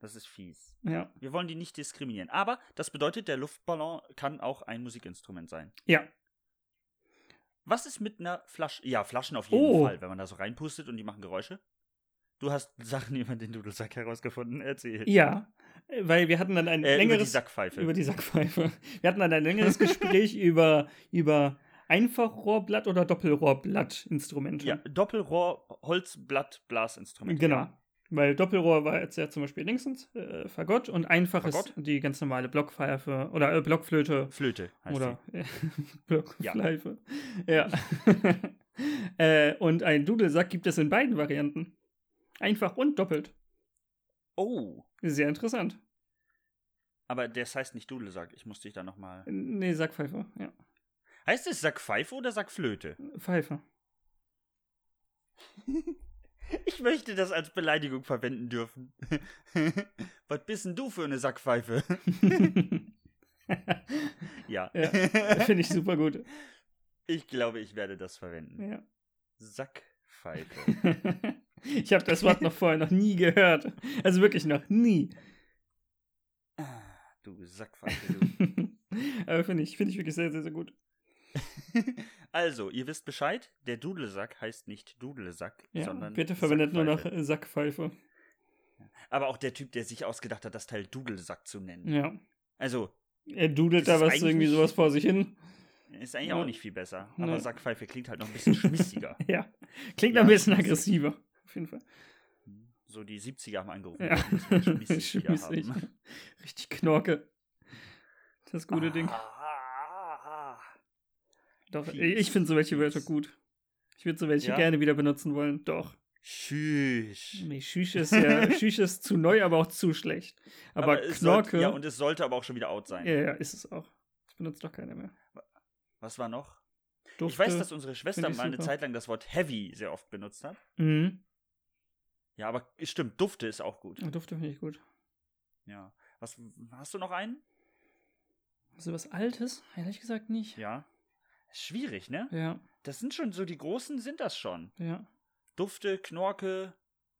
Speaker 1: Das ist fies.
Speaker 2: Ja.
Speaker 1: Wir wollen die nicht diskriminieren. Aber das bedeutet, der Luftballon kann auch ein Musikinstrument sein.
Speaker 2: Ja.
Speaker 1: Was ist mit einer Flasche? Ja, Flaschen auf jeden
Speaker 2: Oh.
Speaker 1: Fall, wenn man da so reinpustet und die machen Geräusche. Du hast Sachen über den Dudelsack herausgefunden. Erzähl.
Speaker 2: Ja. Äh, Weil wir hatten dann ein
Speaker 1: Äh, über die
Speaker 2: längeres.
Speaker 1: Sackpfeife.
Speaker 2: über die Sackpfeife. Wir hatten dann ein längeres Gespräch über, über Einfachrohrblatt oder Doppelrohrblattinstrumente.
Speaker 1: ja, Doppelrohr, Holzblatt, Blasinstrument.
Speaker 2: Genau. Weil Doppelrohr war jetzt ja zum Beispiel linksens äh, Fagott und einfach
Speaker 1: Fagott?
Speaker 2: ist die ganz normale Blockpfeife oder äh, Blockflöte
Speaker 1: Flöte heißt
Speaker 2: oder
Speaker 1: Oder.
Speaker 2: äh, Blockpfeife. Ja. äh, und ein Dudelsack gibt es in beiden Varianten. Einfach und doppelt.
Speaker 1: Oh,
Speaker 2: Sehr interessant.
Speaker 1: aber das heißt nicht Dudelsack. Ich muss dich da nochmal.
Speaker 2: Nee, Sackpfeife, ja.
Speaker 1: Heißt es Sackpfeife oder Sackflöte?
Speaker 2: Pfeife.
Speaker 1: Ich möchte das als Beleidigung verwenden dürfen. Was bist denn du für eine Sackpfeife? Ja.
Speaker 2: Ja. Finde ich super gut.
Speaker 1: Ich glaube, ich werde das verwenden.
Speaker 2: Ja.
Speaker 1: Sackpfeife.
Speaker 2: Ich habe das Wort noch vorher noch nie gehört. Also wirklich noch nie.
Speaker 1: Ah, Du Sackpfeife, du.
Speaker 2: Aber finde ich, finde ich wirklich sehr, sehr, sehr gut.
Speaker 1: Also, ihr wisst Bescheid, der Dudelsack heißt nicht Dudelsack,
Speaker 2: Ja,
Speaker 1: sondern
Speaker 2: bitte verwendet nur noch
Speaker 1: Sackpfeife.
Speaker 2: äh, Sackpfeife.
Speaker 1: Aber auch der Typ, der sich ausgedacht hat, das Teil Dudelsack zu nennen.
Speaker 2: Ja.
Speaker 1: Also,
Speaker 2: Er dudelt
Speaker 1: Das
Speaker 2: da
Speaker 1: ist
Speaker 2: was irgendwie
Speaker 1: eigentlich-
Speaker 2: sowas vor sich hin.
Speaker 1: ist eigentlich
Speaker 2: Ja.
Speaker 1: auch nicht viel besser. Aber
Speaker 2: Nein.
Speaker 1: Sackpfeife klingt halt noch ein bisschen schmissiger.
Speaker 2: Ja. Klingt
Speaker 1: Ja,
Speaker 2: ein bisschen
Speaker 1: schmissig.
Speaker 2: aggressiver. Auf jeden Fall.
Speaker 1: So, die 70er haben angerufen.
Speaker 2: Ja.
Speaker 1: Ja. Schmissig.
Speaker 2: Schmissig.
Speaker 1: haben.
Speaker 2: Richtig Knorke. Das gute Ding.
Speaker 1: Ah,
Speaker 2: Doch,
Speaker 1: fies,
Speaker 2: ich finde so welche Wörter
Speaker 1: fies.
Speaker 2: gut. Ich würde so welche
Speaker 1: Ja?
Speaker 2: gerne wieder benutzen wollen. Doch.
Speaker 1: Tschüss.
Speaker 2: Nee, Schüch ist ja Schüch ist zu neu, aber auch zu schlecht. Aber, halt,
Speaker 1: es
Speaker 2: Knorke.
Speaker 1: Sollte, ja, und es sollte aber auch schon wieder out sein.
Speaker 2: ja, ja, ist es auch. Das benutzt doch keiner mehr.
Speaker 1: Was war noch?
Speaker 2: Dufte.
Speaker 1: ich weiß, dass unsere Schwester
Speaker 2: find ich
Speaker 1: mal eine
Speaker 2: super.
Speaker 1: Zeit lang das Wort heavy sehr oft benutzt hat.
Speaker 2: Mhm. Ah,
Speaker 1: Ja, aber stimmt, Dufte ist auch gut.
Speaker 2: Dufte finde ich gut.
Speaker 1: Ja. Was, hast du noch einen?
Speaker 2: So was Altes? Ehrlich gesagt nicht.
Speaker 1: Ja. Schwierig, ne?
Speaker 2: Ja,
Speaker 1: Das sind schon so die großen, sind das schon.
Speaker 2: ja.
Speaker 1: Dufte, Knorke,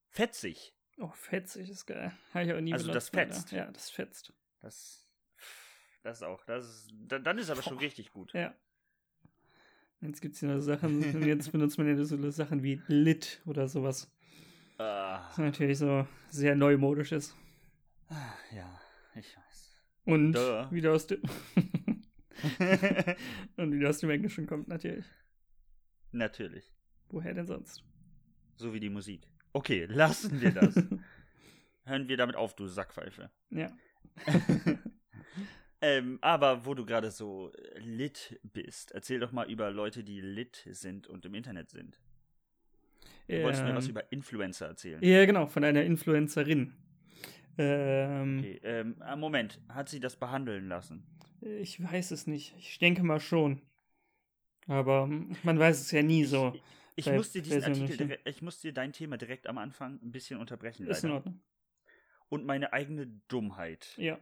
Speaker 1: fetzig.
Speaker 2: Oh, fetzig ist geil. Habe ich auch nie
Speaker 1: Also das
Speaker 2: benutzt, leider.
Speaker 1: fetzt.
Speaker 2: Ja, das fetzt.
Speaker 1: Das, das auch. Das ist, da- dann ist aber schon richtig gut.
Speaker 2: Ja. Jetzt gibt es ja noch Sachen, und jetzt benutzt man ja so Sachen wie Lit oder sowas.
Speaker 1: Ah,
Speaker 2: Was natürlich so sehr neumodisch ist.
Speaker 1: ja, ich weiß.
Speaker 2: Und
Speaker 1: Duh.
Speaker 2: wieder aus dem. Und wieder aus dem Englischen kommt natürlich.
Speaker 1: Natürlich.
Speaker 2: Woher denn sonst?
Speaker 1: So wie die Musik. Okay, lassen wir das. Hören wir damit auf, du Sackpfeife.
Speaker 2: ja.
Speaker 1: Ähm, aber wo du gerade so äh, lit bist, erzähl doch mal über Leute, die lit sind und im Internet sind. Du wolltest mir was
Speaker 2: Ähm,
Speaker 1: über Influencer erzählen.
Speaker 2: Ja, genau, von einer Influencerin. Ähm,
Speaker 1: Okay, ähm, ah, Moment, hat sie das behandeln lassen?
Speaker 2: Ich weiß es nicht. Ich denke mal schon. Aber ähm, man weiß es ja nie so.
Speaker 1: Ich
Speaker 2: Bei-
Speaker 1: muss dir diesen
Speaker 2: bei so einem
Speaker 1: Artikel,
Speaker 2: Film.
Speaker 1: direk- ich muss dir dein Thema direkt am Anfang ein bisschen unterbrechen
Speaker 2: Ist in
Speaker 1: leider.
Speaker 2: Ordnung.
Speaker 1: und meine eigene Dummheit
Speaker 2: Ja.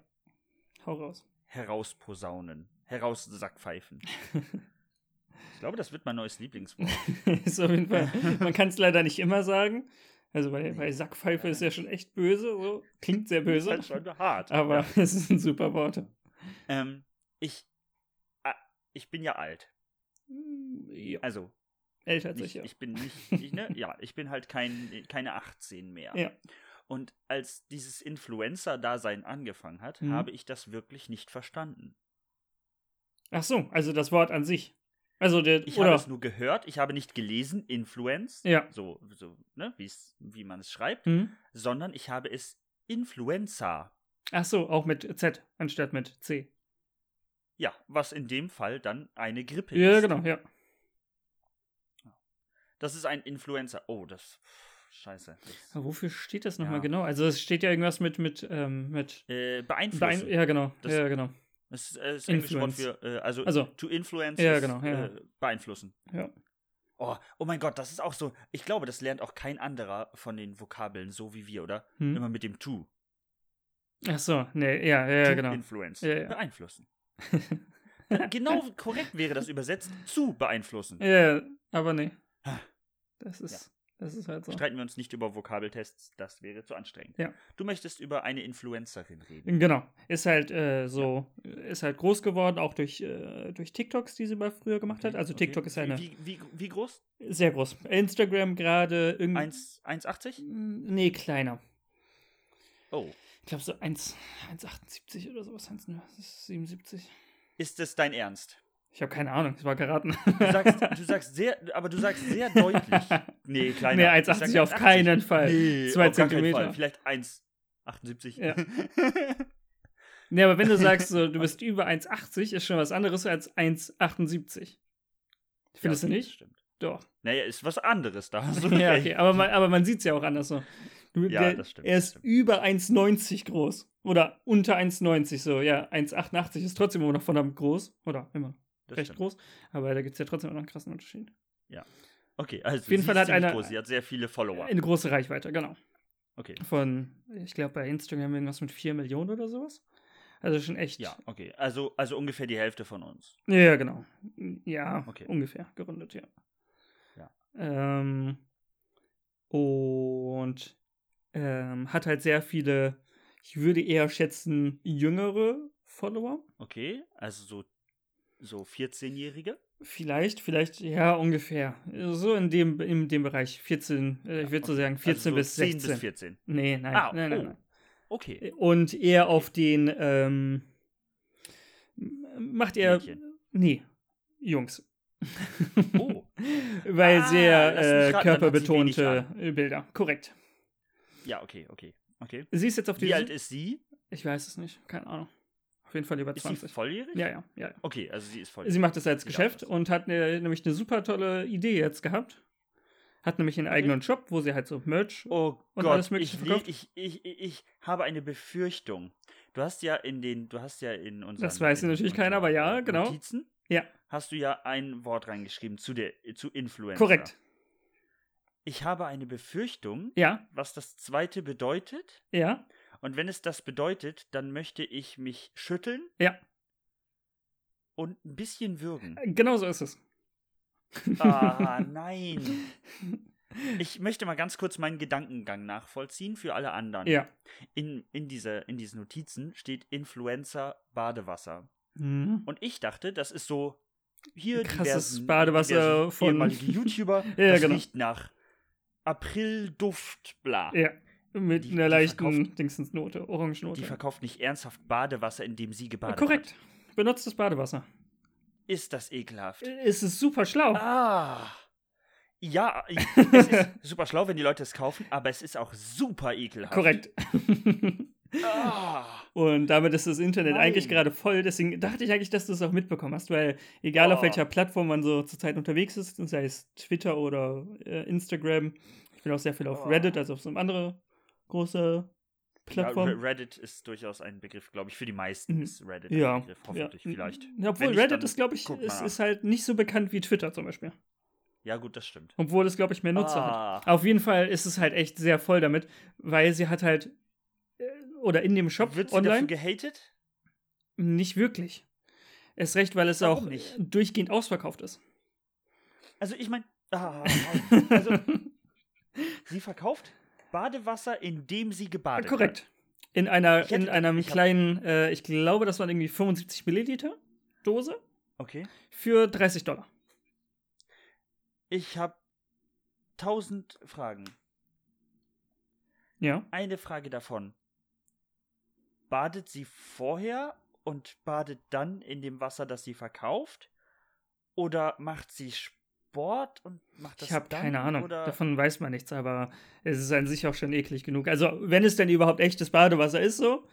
Speaker 2: Hau raus.
Speaker 1: herausposaunen, heraussackpfeifen. ich glaube, das wird mein neues Lieblingswort.
Speaker 2: ist auf jeden Fall. Man kann es leider nicht immer sagen. Also bei, bei Sackpfeife ist ja schon echt böse. So. Klingt sehr
Speaker 1: Das ist
Speaker 2: böse.
Speaker 1: halt schon hart.
Speaker 2: Aber
Speaker 1: Ja.
Speaker 2: es sind super Worte.
Speaker 1: Ähm, ich, ah, ich bin ja alt.
Speaker 2: Hm, Ja,
Speaker 1: Also,
Speaker 2: älter als
Speaker 1: nicht,
Speaker 2: ich, ja.
Speaker 1: ich bin nicht, ich, ne? ja, ich bin halt kein, keine 18 mehr.
Speaker 2: Ja.
Speaker 1: Und als dieses Influencer-Dasein angefangen hat,
Speaker 2: Mhm.
Speaker 1: habe ich das wirklich nicht verstanden.
Speaker 2: Ach so, also das Wort an sich. Also der,
Speaker 1: Ich habe
Speaker 2: oder,
Speaker 1: es nur gehört, ich habe nicht gelesen, Influenced,
Speaker 2: ja.
Speaker 1: so, so ne, wie's, wie man es schreibt,
Speaker 2: Hm?
Speaker 1: sondern ich habe es Influenza.
Speaker 2: Ach so, auch mit Z anstatt mit C.
Speaker 1: Ja, was in dem Fall dann eine Grippe
Speaker 2: Ja,
Speaker 1: ist.
Speaker 2: genau, ja.
Speaker 1: Das ist ein Influenza. Oh, das. Scheiße. Das,
Speaker 2: Aber wofür steht das nochmal
Speaker 1: Ja.
Speaker 2: genau? Also es steht ja irgendwas mit, mit, ähm, mit
Speaker 1: äh,
Speaker 2: Beein
Speaker 1: beeinflussen.
Speaker 2: Ja, genau.
Speaker 1: Das-
Speaker 2: ja, genau.
Speaker 1: Das ist, äh, das englische Wort
Speaker 2: Influence.
Speaker 1: für, äh, also,
Speaker 2: Also,
Speaker 1: to influence
Speaker 2: Ja,
Speaker 1: ist,
Speaker 2: genau, ja.
Speaker 1: äh, beeinflussen.
Speaker 2: Ja.
Speaker 1: Oh, oh mein Gott, das ist auch so. Ich glaube, das lernt auch kein anderer von den Vokabeln so wie wir, oder? Immer
Speaker 2: Hm?
Speaker 1: mit dem to.
Speaker 2: Ach so, nee, ja, ja,
Speaker 1: to
Speaker 2: genau.
Speaker 1: influence.
Speaker 2: Ja, ja.
Speaker 1: Beeinflussen. genau korrekt wäre das übersetzt zu beeinflussen.
Speaker 2: Ja, aber nee.
Speaker 1: Ha.
Speaker 2: Das ist, das ist halt so.
Speaker 1: Streiten wir uns nicht über Vokabeltests, das wäre zu anstrengend.
Speaker 2: Ja.
Speaker 1: Du möchtest über eine Influencerin reden.
Speaker 2: Genau. Ist halt äh, so, ist halt groß geworden, auch durch, äh, durch TikToks, die sie mal früher gemacht hat.
Speaker 1: Okay,
Speaker 2: Also
Speaker 1: okay.
Speaker 2: TikTok ist
Speaker 1: Wie-
Speaker 2: eine
Speaker 1: Wie, wie, wie groß?
Speaker 2: sehr groß. Instagram gerade irgendwie.
Speaker 1: 1 1,80?
Speaker 2: Nee, kleiner.
Speaker 1: Oh.
Speaker 2: Ich glaube so 1 1,78 oder sowas. 1,77.
Speaker 1: Ist das dein Ernst?
Speaker 2: Ich habe keine Ahnung, es war geraten.
Speaker 1: Du sagst, du sagst sehr, aber du sagst sehr deutlich. Nee, kleiner.
Speaker 2: Nee,
Speaker 1: Ich sag
Speaker 2: 1,80 auf keinen Fall.
Speaker 1: Nee,
Speaker 2: Zwei
Speaker 1: auf gar keinen
Speaker 2: Zentimeter.
Speaker 1: Fall. Vielleicht 1,78.
Speaker 2: Ja. Nee, aber wenn du sagst, so, du bist über 1,80, ist schon was anderes als 1,78. Findest
Speaker 1: Ja,
Speaker 2: du
Speaker 1: okay, das
Speaker 2: nicht?
Speaker 1: Stimmt.
Speaker 2: Doch.
Speaker 1: Naja, ist was anderes da. hast du
Speaker 2: ja,
Speaker 1: recht.
Speaker 2: okay. Aber man, aber man sieht es ja auch anders so. Du,
Speaker 1: Ja,
Speaker 2: der,
Speaker 1: das stimmt,
Speaker 2: Er
Speaker 1: das
Speaker 2: ist
Speaker 1: stimmt.
Speaker 2: über 1,90 groß. Oder unter 1,90 so. Ja, 1,88 ist trotzdem immer noch verdammt groß. Oder immer
Speaker 1: Das
Speaker 2: recht
Speaker 1: stimmt.
Speaker 2: groß. Aber da gibt es ja trotzdem auch noch einen krassen Unterschied.
Speaker 1: Okay, also
Speaker 2: Auf jeden
Speaker 1: sie
Speaker 2: Fall
Speaker 1: ist
Speaker 2: hat
Speaker 1: ziemlich
Speaker 2: einer- Äh,
Speaker 1: groß. Sie hat sehr viele Follower.
Speaker 2: Eine große Reichweite, genau.
Speaker 1: Okay.
Speaker 2: Von, ich glaube, bei Instagram irgendwas mit 4 Millionen oder sowas. Also schon echt.
Speaker 1: Ja, okay. Also, also ungefähr die Hälfte von uns.
Speaker 2: Ja, genau. Ja,
Speaker 1: Okay.
Speaker 2: ungefähr gerundet, ja.
Speaker 1: Ja.
Speaker 2: Ähm, und ähm, hat halt sehr viele, ich würde eher schätzen, jüngere Follower.
Speaker 1: Okay, also so, so 14-Jährige.
Speaker 2: Vielleicht, vielleicht, ja, ungefähr. So in dem, in dem Bereich 14, äh, ich würde so
Speaker 1: Okay.
Speaker 2: sagen 14
Speaker 1: also so
Speaker 2: bis 16.
Speaker 1: 10 bis 14.
Speaker 2: Nee, nein,
Speaker 1: Ah,
Speaker 2: nein,
Speaker 1: oh.
Speaker 2: nein,
Speaker 1: Okay.
Speaker 2: nein. Und eher auf den, ähm, macht eher,
Speaker 1: Mädchen.
Speaker 2: nee, Jungs.
Speaker 1: Oh.
Speaker 2: Weil
Speaker 1: Ah, lass mich
Speaker 2: sehr äh,
Speaker 1: raten, dann hat sie
Speaker 2: körperbetonte
Speaker 1: wenig
Speaker 2: Bilder. Korrekt.
Speaker 1: Ja, okay, okay. Okay.
Speaker 2: Sie ist jetzt auf die.
Speaker 1: Wie alt ist sie?
Speaker 2: ich weiß es nicht. Keine Ahnung. Auf jeden Fall über
Speaker 1: Ist sie
Speaker 2: 20.
Speaker 1: volljährig?
Speaker 2: Ja, ja, ja. ja.
Speaker 1: Okay, also sie ist volljährig.
Speaker 2: Sie macht das als
Speaker 1: Sie darf
Speaker 2: Geschäft
Speaker 1: das.
Speaker 2: und hat ne, nämlich eine super tolle Idee jetzt gehabt. Hat nämlich einen eigenen Shop, wo sie halt so Merch.
Speaker 1: Oh
Speaker 2: und
Speaker 1: Gott,
Speaker 2: alles Mögliche
Speaker 1: ich, le-
Speaker 2: verkauft?
Speaker 1: ich, ich, ich, ich habe eine Befürchtung. Du hast ja in den, du hast ja in unseren
Speaker 2: Das weiß
Speaker 1: in
Speaker 2: natürlich
Speaker 1: unseren äh,
Speaker 2: keiner, aber ja, genau.
Speaker 1: Notizen
Speaker 2: Ja.
Speaker 1: hast du ja ein Wort reingeschrieben zu der, zu Influencer.
Speaker 2: Korrekt.
Speaker 1: Ich habe eine Befürchtung,
Speaker 2: Ja,
Speaker 1: was das zweite bedeutet.
Speaker 2: ja.
Speaker 1: Und wenn es das bedeutet, dann möchte ich mich schütteln.
Speaker 2: Ja.
Speaker 1: Und ein bisschen würgen.
Speaker 2: Genau so ist es.
Speaker 1: Ah, nein. Ich möchte mal ganz kurz meinen Gedankengang nachvollziehen für alle anderen.
Speaker 2: ja.
Speaker 1: in, in, dieser, in diesen Notizen steht Influencer Badewasser.
Speaker 2: Hm.
Speaker 1: Und ich dachte, das ist so hier
Speaker 2: Krasses
Speaker 1: diversen-
Speaker 2: Badewasser
Speaker 1: diversen
Speaker 2: von-
Speaker 1: ehemalige YouTuber.
Speaker 2: Ja,
Speaker 1: das
Speaker 2: genau.
Speaker 1: riecht nach Aprilduft, bla.
Speaker 2: Ja. Mit
Speaker 1: Die- die
Speaker 2: einer leichten
Speaker 1: verkauft-
Speaker 2: Dingsensnote,
Speaker 1: Die
Speaker 2: Orangennote.
Speaker 1: verkauft nicht ernsthaft Badewasser, in dem sie gebadet
Speaker 2: Korrekt. Benutztes Badewasser.
Speaker 1: hat. Ist das ekelhaft?
Speaker 2: Es ist super schlau.
Speaker 1: Ah. Ja, es ist super schlau, wenn die Leute es kaufen, aber es ist auch super ekelhaft.
Speaker 2: Korrekt.
Speaker 1: Ah.
Speaker 2: Und damit ist das Internet
Speaker 1: Nein.
Speaker 2: eigentlich gerade voll. Deswegen dachte ich eigentlich, dass du es auch mitbekommen hast, weil egal auf
Speaker 1: Oh.
Speaker 2: welcher Plattform man so zurzeit unterwegs ist, sei es Twitter oder äh, Instagram, ich bin auch sehr viel auf
Speaker 1: Oh.
Speaker 2: Reddit, also auf so eine andere große
Speaker 1: Ja, Re-
Speaker 2: Plattform.
Speaker 1: Reddit ist durchaus ein Begriff, glaube ich. Für die meisten
Speaker 2: Mhm.
Speaker 1: ist Reddit
Speaker 2: Ja, Mhm.
Speaker 1: ein Begriff, hoffentlich, vielleicht.
Speaker 2: Ja, obwohl
Speaker 1: Wenn nicht,
Speaker 2: Reddit
Speaker 1: dann
Speaker 2: ist, glaube ich,
Speaker 1: guckt
Speaker 2: ist,
Speaker 1: mal
Speaker 2: ist halt nicht so bekannt wie Twitter zum Beispiel.
Speaker 1: Ja, gut, das stimmt.
Speaker 2: Obwohl es, glaube ich, mehr Nutzer hat.
Speaker 1: ah,
Speaker 2: Auf jeden Fall ist es halt echt sehr voll damit, weil sie hat halt äh, oder in dem Shop
Speaker 1: Wird sie dafür
Speaker 2: online
Speaker 1: gehatet?
Speaker 2: nicht wirklich. Erst recht, weil es
Speaker 1: Warum
Speaker 2: auch
Speaker 1: nicht?
Speaker 2: durchgehend ausverkauft ist.
Speaker 1: Also, ich meine, ah, also, sie verkauft Badewasser, in dem sie gebadet
Speaker 2: Korrekt. In einer,
Speaker 1: Ich hätte-
Speaker 2: in einem
Speaker 1: ich hab-
Speaker 2: kleinen, äh, ich glaube, das waren irgendwie 75 Milliliter Dose
Speaker 1: hat. Okay.
Speaker 2: für 30 Dollar.
Speaker 1: Ich habe tausend Fragen.
Speaker 2: Ja.
Speaker 1: Eine Frage davon. Badet sie vorher und badet dann in dem Wasser, das sie verkauft? Oder macht sie Sport und macht das
Speaker 2: Ich habe
Speaker 1: dann?
Speaker 2: keine Ahnung.
Speaker 1: Oder
Speaker 2: Davon weiß man nichts, aber es ist an sich auch schon eklig genug. Also, wenn es denn überhaupt echtes Badewasser ist, so.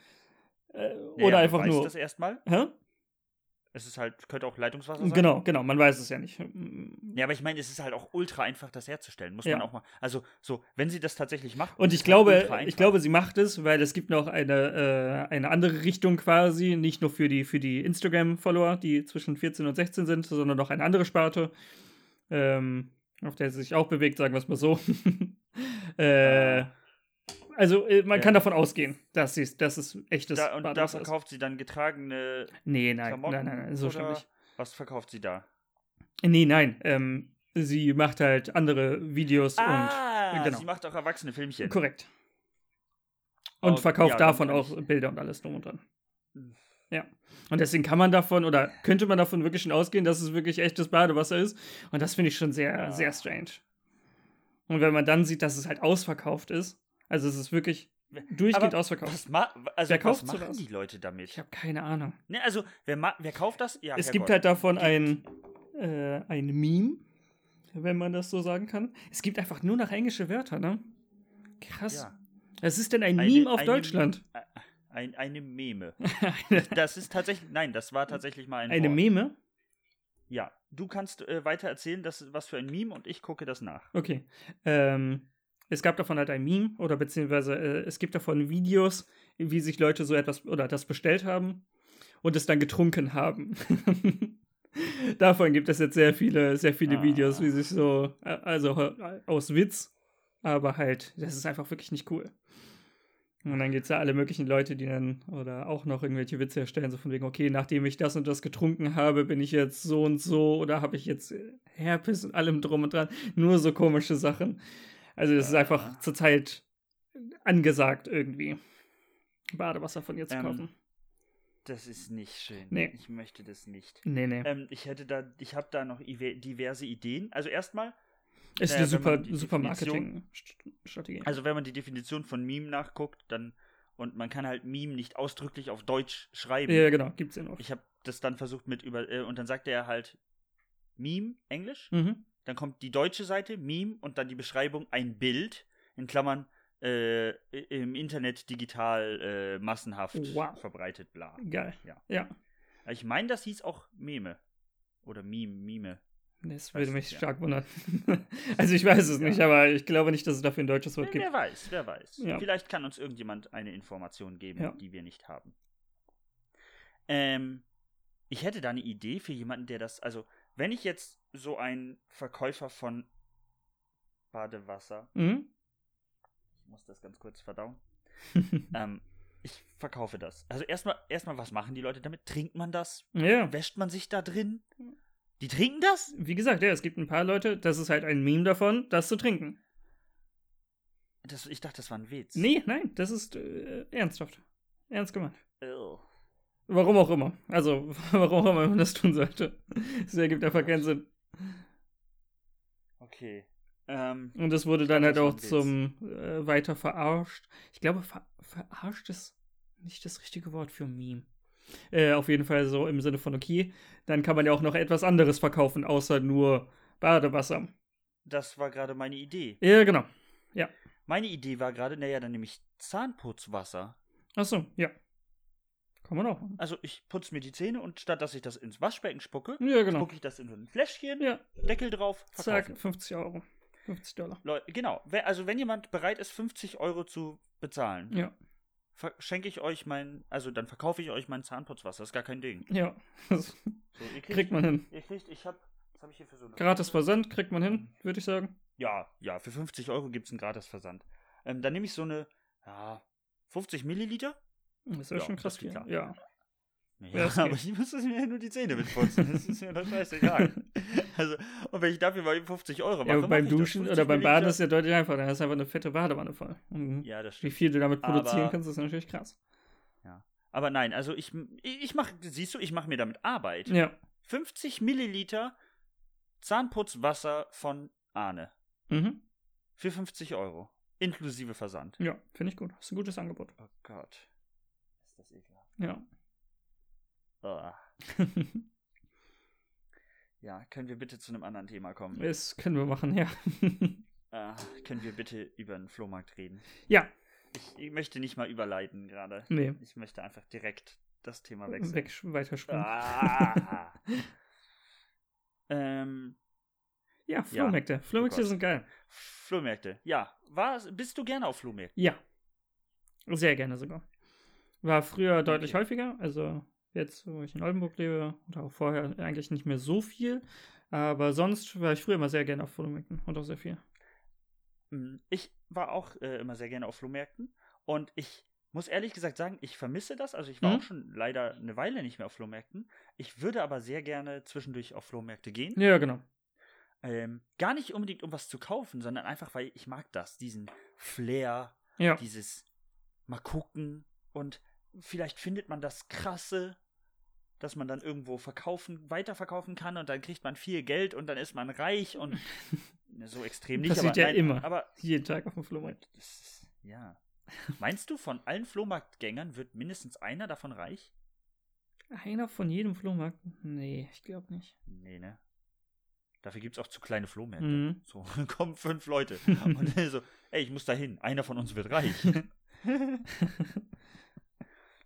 Speaker 2: Äh,
Speaker 1: Ja,
Speaker 2: oder
Speaker 1: ja,
Speaker 2: einfach
Speaker 1: du weißt
Speaker 2: nur.
Speaker 1: das erstmal.
Speaker 2: Hä?
Speaker 1: Es ist halt, könnte auch Leitungswasser sein.
Speaker 2: Genau, genau, man weiß es ja nicht.
Speaker 1: Ja, aber ich meine, es ist halt auch ultra einfach, das herzustellen. Muss
Speaker 2: Ja.
Speaker 1: man auch mal. Also, so, wenn sie das tatsächlich macht.
Speaker 2: Und
Speaker 1: ist es
Speaker 2: ich
Speaker 1: halt
Speaker 2: glaube,
Speaker 1: ultra
Speaker 2: ich
Speaker 1: einfach.
Speaker 2: glaube, sie macht es, weil es gibt noch eine, äh, eine andere Richtung quasi, nicht nur für die, für die Instagram-Follower, die zwischen 14 und 16 sind, sondern noch eine andere Sparte, ähm, auf der sie sich auch bewegt, sagen wir es mal so. äh,
Speaker 1: Ah.
Speaker 2: also äh, man
Speaker 1: Ja.
Speaker 2: kann davon ausgehen, dass, sie, dass es echtes
Speaker 1: Da, und da
Speaker 2: Badewasser ist.
Speaker 1: verkauft sie dann getragene.
Speaker 2: Nee, nein,
Speaker 1: Klamotten
Speaker 2: nein, nein, nein, so stimmt
Speaker 1: oder-
Speaker 2: nicht.
Speaker 1: Was verkauft sie da?
Speaker 2: Nee, nein, ähm, sie macht halt andere Videos und
Speaker 1: ah,
Speaker 2: genau.
Speaker 1: sie macht auch erwachsene Filmchen.
Speaker 2: Korrekt. Und
Speaker 1: Okay,
Speaker 2: verkauft
Speaker 1: ja, dann
Speaker 2: davon
Speaker 1: kann
Speaker 2: auch
Speaker 1: ich-
Speaker 2: Bilder und alles drum und dran.
Speaker 1: Mhm.
Speaker 2: Ja. Und deswegen kann man davon oder könnte man davon wirklich schon ausgehen, dass es wirklich echtes Badewasser ist. Und das finde ich schon sehr,
Speaker 1: Ja.
Speaker 2: sehr strange. Und wenn man dann sieht, dass es halt ausverkauft ist, also es ist wirklich durchgehend
Speaker 1: Aber
Speaker 2: ausverkauft.
Speaker 1: Was, ma also,
Speaker 2: Wer
Speaker 1: was
Speaker 2: kauft's oder
Speaker 1: machen
Speaker 2: was?
Speaker 1: die Leute damit?
Speaker 2: Ich habe keine Ahnung.
Speaker 1: Ne, also, wer, ma wer kauft das? Ja,
Speaker 2: es gibt
Speaker 1: Herrgott.
Speaker 2: halt davon ein, äh, ein Meme, wenn man das so sagen kann. Es gibt einfach nur noch englische Wörter, ne? Krass.
Speaker 1: Ja.
Speaker 2: Es ist denn ein
Speaker 1: Eine-
Speaker 2: Meme auf
Speaker 1: eine-
Speaker 2: Deutschland.
Speaker 1: Ein, eine Meme.
Speaker 2: eine
Speaker 1: Das ist tatsächlich. Nein, das war tatsächlich mal ein.
Speaker 2: eine
Speaker 1: Wort.
Speaker 2: Meme?
Speaker 1: Ja. Du kannst äh, weiter erzählen, das, was für ein Meme und ich gucke das nach.
Speaker 2: Okay. Ähm, es gab davon halt ein Meme oder beziehungsweise äh, es gibt davon Videos, wie sich Leute so etwas oder das bestellt haben und es dann getrunken haben. davon gibt es jetzt sehr viele, sehr viele
Speaker 1: Ah.
Speaker 2: Videos, wie sich so, äh, also äh, aus Witz, aber halt, das ist einfach wirklich nicht cool. Und dann gibt es da alle möglichen Leute, die dann oder auch noch irgendwelche Witze erstellen, so von wegen, okay, nachdem ich das und das getrunken habe, bin ich jetzt so und so oder habe ich jetzt äh, Herpes und allem drum und dran. Nur so komische Sachen. Also das ist
Speaker 1: Ja.
Speaker 2: einfach zurzeit angesagt irgendwie. Badewasser von ihr zu
Speaker 1: Ähm.
Speaker 2: kaufen.
Speaker 1: Das ist nicht schön.
Speaker 2: Nee.
Speaker 1: Ich möchte das nicht.
Speaker 2: Nee, nee.
Speaker 1: Ähm, ich hätte da, ich habe da noch ive- diverse Ideen. Also erstmal,
Speaker 2: ist
Speaker 1: naja,
Speaker 2: eine
Speaker 1: Äh, wenn
Speaker 2: super,
Speaker 1: man die
Speaker 2: super
Speaker 1: Definition-
Speaker 2: Marketing-Strategie.
Speaker 1: also wenn man die Definition von Meme nachguckt, dann und man kann halt Meme nicht ausdrücklich auf Deutsch schreiben.
Speaker 2: ja, genau, gibt's ja noch.
Speaker 1: Ich habe das dann versucht mit über äh, und dann sagte er halt Meme Englisch,
Speaker 2: Mhm.
Speaker 1: dann kommt die deutsche Seite Meme und dann die Beschreibung ein Bild in Klammern äh, im Internet digital äh, massenhaft
Speaker 2: Wow.
Speaker 1: verbreitet bla.
Speaker 2: Geil.
Speaker 1: Ja.
Speaker 2: ja.
Speaker 1: Ich meine, das hieß auch Meme oder Meme Meme.
Speaker 2: Das
Speaker 1: Weiß
Speaker 2: würde mich
Speaker 1: nicht, ja.
Speaker 2: stark wundern. also ich weiß es
Speaker 1: Ja.
Speaker 2: nicht, aber ich glaube nicht, dass es dafür ein deutsches Wort
Speaker 1: Wer-
Speaker 2: gibt.
Speaker 1: Wer weiß, wer weiß.
Speaker 2: Ja.
Speaker 1: Vielleicht kann uns irgendjemand eine Information geben,
Speaker 2: Ja.
Speaker 1: die wir nicht haben. Ähm, ich hätte da eine Idee für jemanden, der das, also wenn ich jetzt so ein Verkäufer von Badewasser,
Speaker 2: Mhm.
Speaker 1: ich muss das ganz kurz verdauen,
Speaker 2: Mhm.
Speaker 1: ähm, ich verkaufe das. Also erstmal, erstmal, was machen die Leute damit? Trinkt man das?
Speaker 2: ja.
Speaker 1: Wäscht man sich da drin? Die trinken das?
Speaker 2: Wie gesagt, ja, es gibt ein paar Leute, das ist halt ein Meme davon, das zu trinken.
Speaker 1: das ich dachte, das war ein Witz.
Speaker 2: Nee, nein, das ist äh, ernsthaft. Ernst gemeint.
Speaker 1: Ew.
Speaker 2: Warum auch immer. Also, warum auch immer man das tun sollte. Es ergibt einfach keinen Sinn.
Speaker 1: Okay. Ähm,
Speaker 2: Und das wurde dann halt
Speaker 1: Das war
Speaker 2: auch
Speaker 1: ein um Witz.
Speaker 2: zum äh, weiter verarscht. Ich glaube, ver verarscht ist nicht das richtige Wort für Meme. Äh, auf jeden Fall so im Sinne von, okay, dann kann man ja auch noch etwas anderes verkaufen, außer nur Badewasser.
Speaker 1: das war gerade meine Idee.
Speaker 2: Ja, genau.
Speaker 1: Meine Idee war gerade, naja, dann nehme ich Zahnputzwasser.
Speaker 2: Achso, ja. Kann man auch machen.
Speaker 1: Also ich putze mir die Zähne und statt dass ich das ins Waschbecken spucke,
Speaker 2: Ja, genau.
Speaker 1: spucke ich das in so ein Fläschchen,
Speaker 2: Ja,
Speaker 1: Deckel drauf,
Speaker 2: zack,
Speaker 1: verkaufen.
Speaker 2: 50 Euro. 50 Dollar.
Speaker 1: Leu genau. Wer, also wenn jemand bereit ist, 50 Euro zu bezahlen,
Speaker 2: Ja,
Speaker 1: ver- schenke ich euch mein, also dann verkaufe ich euch mein Zahnputzwasser. Ist gar kein Ding.
Speaker 2: ja. Das
Speaker 1: So, ihr kriegt,
Speaker 2: kriegt man hin.
Speaker 1: Ihr kriegt, ich habe, was habe ich hier für so eine...
Speaker 2: Gratis Versand kriegt man hin, würde ich sagen.
Speaker 1: Ja, ja, für 50 Euro gibt es einen Gratisversand. Ähm, dann nehme ich so eine, ja, 50 Milliliter?
Speaker 2: Das ist ja,
Speaker 1: Ja,
Speaker 2: schon
Speaker 1: das
Speaker 2: krass
Speaker 1: geht
Speaker 2: viel.
Speaker 1: klar.
Speaker 2: Ja. Ja,
Speaker 1: Ja,
Speaker 2: das geht.
Speaker 1: aber ich muss mir ja nur die Zähne mitputzen. Das ist mir doch scheißegal. Also, und wenn ich dafür mal eben 50 Euro mache,
Speaker 2: ja, beim
Speaker 1: mach ich das.
Speaker 2: Duschen
Speaker 1: 50
Speaker 2: oder beim Baden
Speaker 1: Milliliter-
Speaker 2: ist ja deutlich einfacher. Da hast du einfach eine fette Badewanne voll. Und
Speaker 1: Ja, das
Speaker 2: wie
Speaker 1: stimmt.
Speaker 2: viel du damit produzieren
Speaker 1: Aber-
Speaker 2: kannst, ist natürlich krass.
Speaker 1: Aber nein, also ich, ich mache, siehst du, ich mache mir damit Arbeit.
Speaker 2: Ja.
Speaker 1: 50 Milliliter Zahnputzwasser von Arne.
Speaker 2: Mhm.
Speaker 1: Für 50 Euro. Inklusive Versand.
Speaker 2: Ja, finde ich gut. Ist ein gutes Angebot.
Speaker 1: Oh Gott. Ist das ekelhaft.
Speaker 2: Ja.
Speaker 1: Ah. Ja, können wir bitte zu einem anderen Thema kommen?
Speaker 2: Das können wir machen, ja.
Speaker 1: Ah, können wir bitte über den Flohmarkt reden?
Speaker 2: ja,
Speaker 1: Ich, ich möchte nicht mal überleiten gerade.
Speaker 2: nee.
Speaker 1: Ich möchte einfach direkt das Thema wechseln.
Speaker 2: Weg, weiterspringen.
Speaker 1: Ah. ähm,
Speaker 2: Ja, Flohmärkte. Flohmärkte
Speaker 1: Oh Gott.
Speaker 2: sind geil.
Speaker 1: Flohmärkte. Ja, war, bist du gerne auf Flohmärkten?
Speaker 2: Ja. Sehr gerne sogar. War früher deutlich
Speaker 1: Okay.
Speaker 2: häufiger, also jetzt, wo ich in Oldenburg lebe und auch vorher eigentlich nicht mehr so viel. Aber sonst war ich früher immer sehr gerne auf Flohmärkten und auch sehr viel.
Speaker 1: Mm, Ich war auch äh, immer sehr gerne auf Flohmärkten und ich muss ehrlich gesagt sagen, ich vermisse das. Also ich war
Speaker 2: Mhm.
Speaker 1: auch schon leider eine Weile nicht mehr auf Flohmärkten. Ich würde aber sehr gerne zwischendurch auf Flohmärkte gehen.
Speaker 2: Ja, genau.
Speaker 1: Ähm, gar nicht unbedingt, um was zu kaufen, sondern einfach, weil ich mag das. Diesen Flair,
Speaker 2: Ja,
Speaker 1: dieses mal gucken und vielleicht findet man das Krasse, dass man dann irgendwo verkaufen, weiterverkaufen kann und dann kriegt man viel Geld und dann ist man reich und Ne, so extrem nicht.
Speaker 2: Passiert
Speaker 1: aber
Speaker 2: ja
Speaker 1: nein,
Speaker 2: immer.
Speaker 1: Aber
Speaker 2: jeden Tag auf dem Flohmarkt.
Speaker 1: das ist, ja. Meinst du, von allen Flohmarktgängern wird mindestens einer davon reich?
Speaker 2: Einer von jedem Flohmarkt? Nee, ich glaube nicht.
Speaker 1: Nee, ne? Dafür gibt es auch zu kleine Flohmärkte.
Speaker 2: Mhm.
Speaker 1: So, kommen fünf Leute. Und dann so, ey, ich muss da hin. Einer von uns wird reich.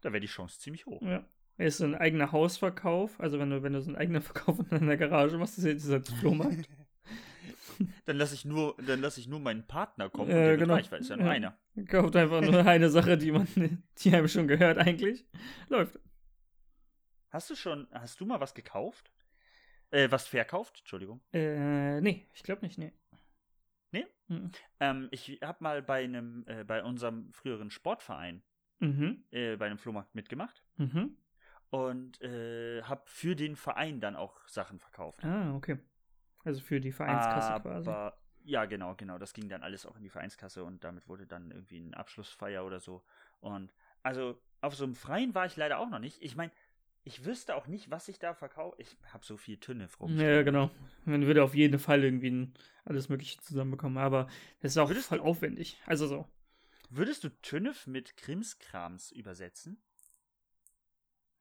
Speaker 1: da wäre die Chance ziemlich hoch.
Speaker 2: Ja. Ist so ein eigener Hausverkauf, also wenn du, wenn du so einen eigenen Verkauf in deiner Garage machst, ist jetzt dieser Flohmarkt.
Speaker 1: Dann lasse ich nur, dann lasse ich nur meinen Partner kommen.
Speaker 2: Ja,
Speaker 1: und der wird
Speaker 2: genau.
Speaker 1: reich, weil es ist ja nur
Speaker 2: Ja.
Speaker 1: einer.
Speaker 2: Kauft einfach nur eine Sache, die man, die einem schon gehört eigentlich. Läuft.
Speaker 1: Hast du schon, hast du mal was gekauft? Äh, was verkauft? Entschuldigung.
Speaker 2: Äh, nee, ich glaube nicht, nee.
Speaker 1: Nee?
Speaker 2: Mhm.
Speaker 1: Ähm, ich habe mal bei einem, äh, bei unserem früheren Sportverein
Speaker 2: Mhm.
Speaker 1: äh, bei einem Flohmarkt mitgemacht
Speaker 2: Mhm.
Speaker 1: und äh, habe für den Verein dann auch Sachen verkauft.
Speaker 2: Ah, okay. Also für die Vereinskasse quasi.
Speaker 1: Aber- Ja, genau, genau. Das ging dann alles auch in die Vereinskasse und damit wurde dann irgendwie eine Abschlussfeier oder so. Und also auf so einem Freien war ich leider auch noch nicht. Ich meine, ich wüsste auch nicht, was ich da verkaufe. Ich habe so viel Tünne rumstehen.
Speaker 2: Ja, genau. Man würde auf jeden Fall irgendwie ein- alles Mögliche zusammenbekommen, aber das ist auch
Speaker 1: Würdest
Speaker 2: voll aufwendig. Also so.
Speaker 1: Würdest du Tünnef mit Krimskrams übersetzen?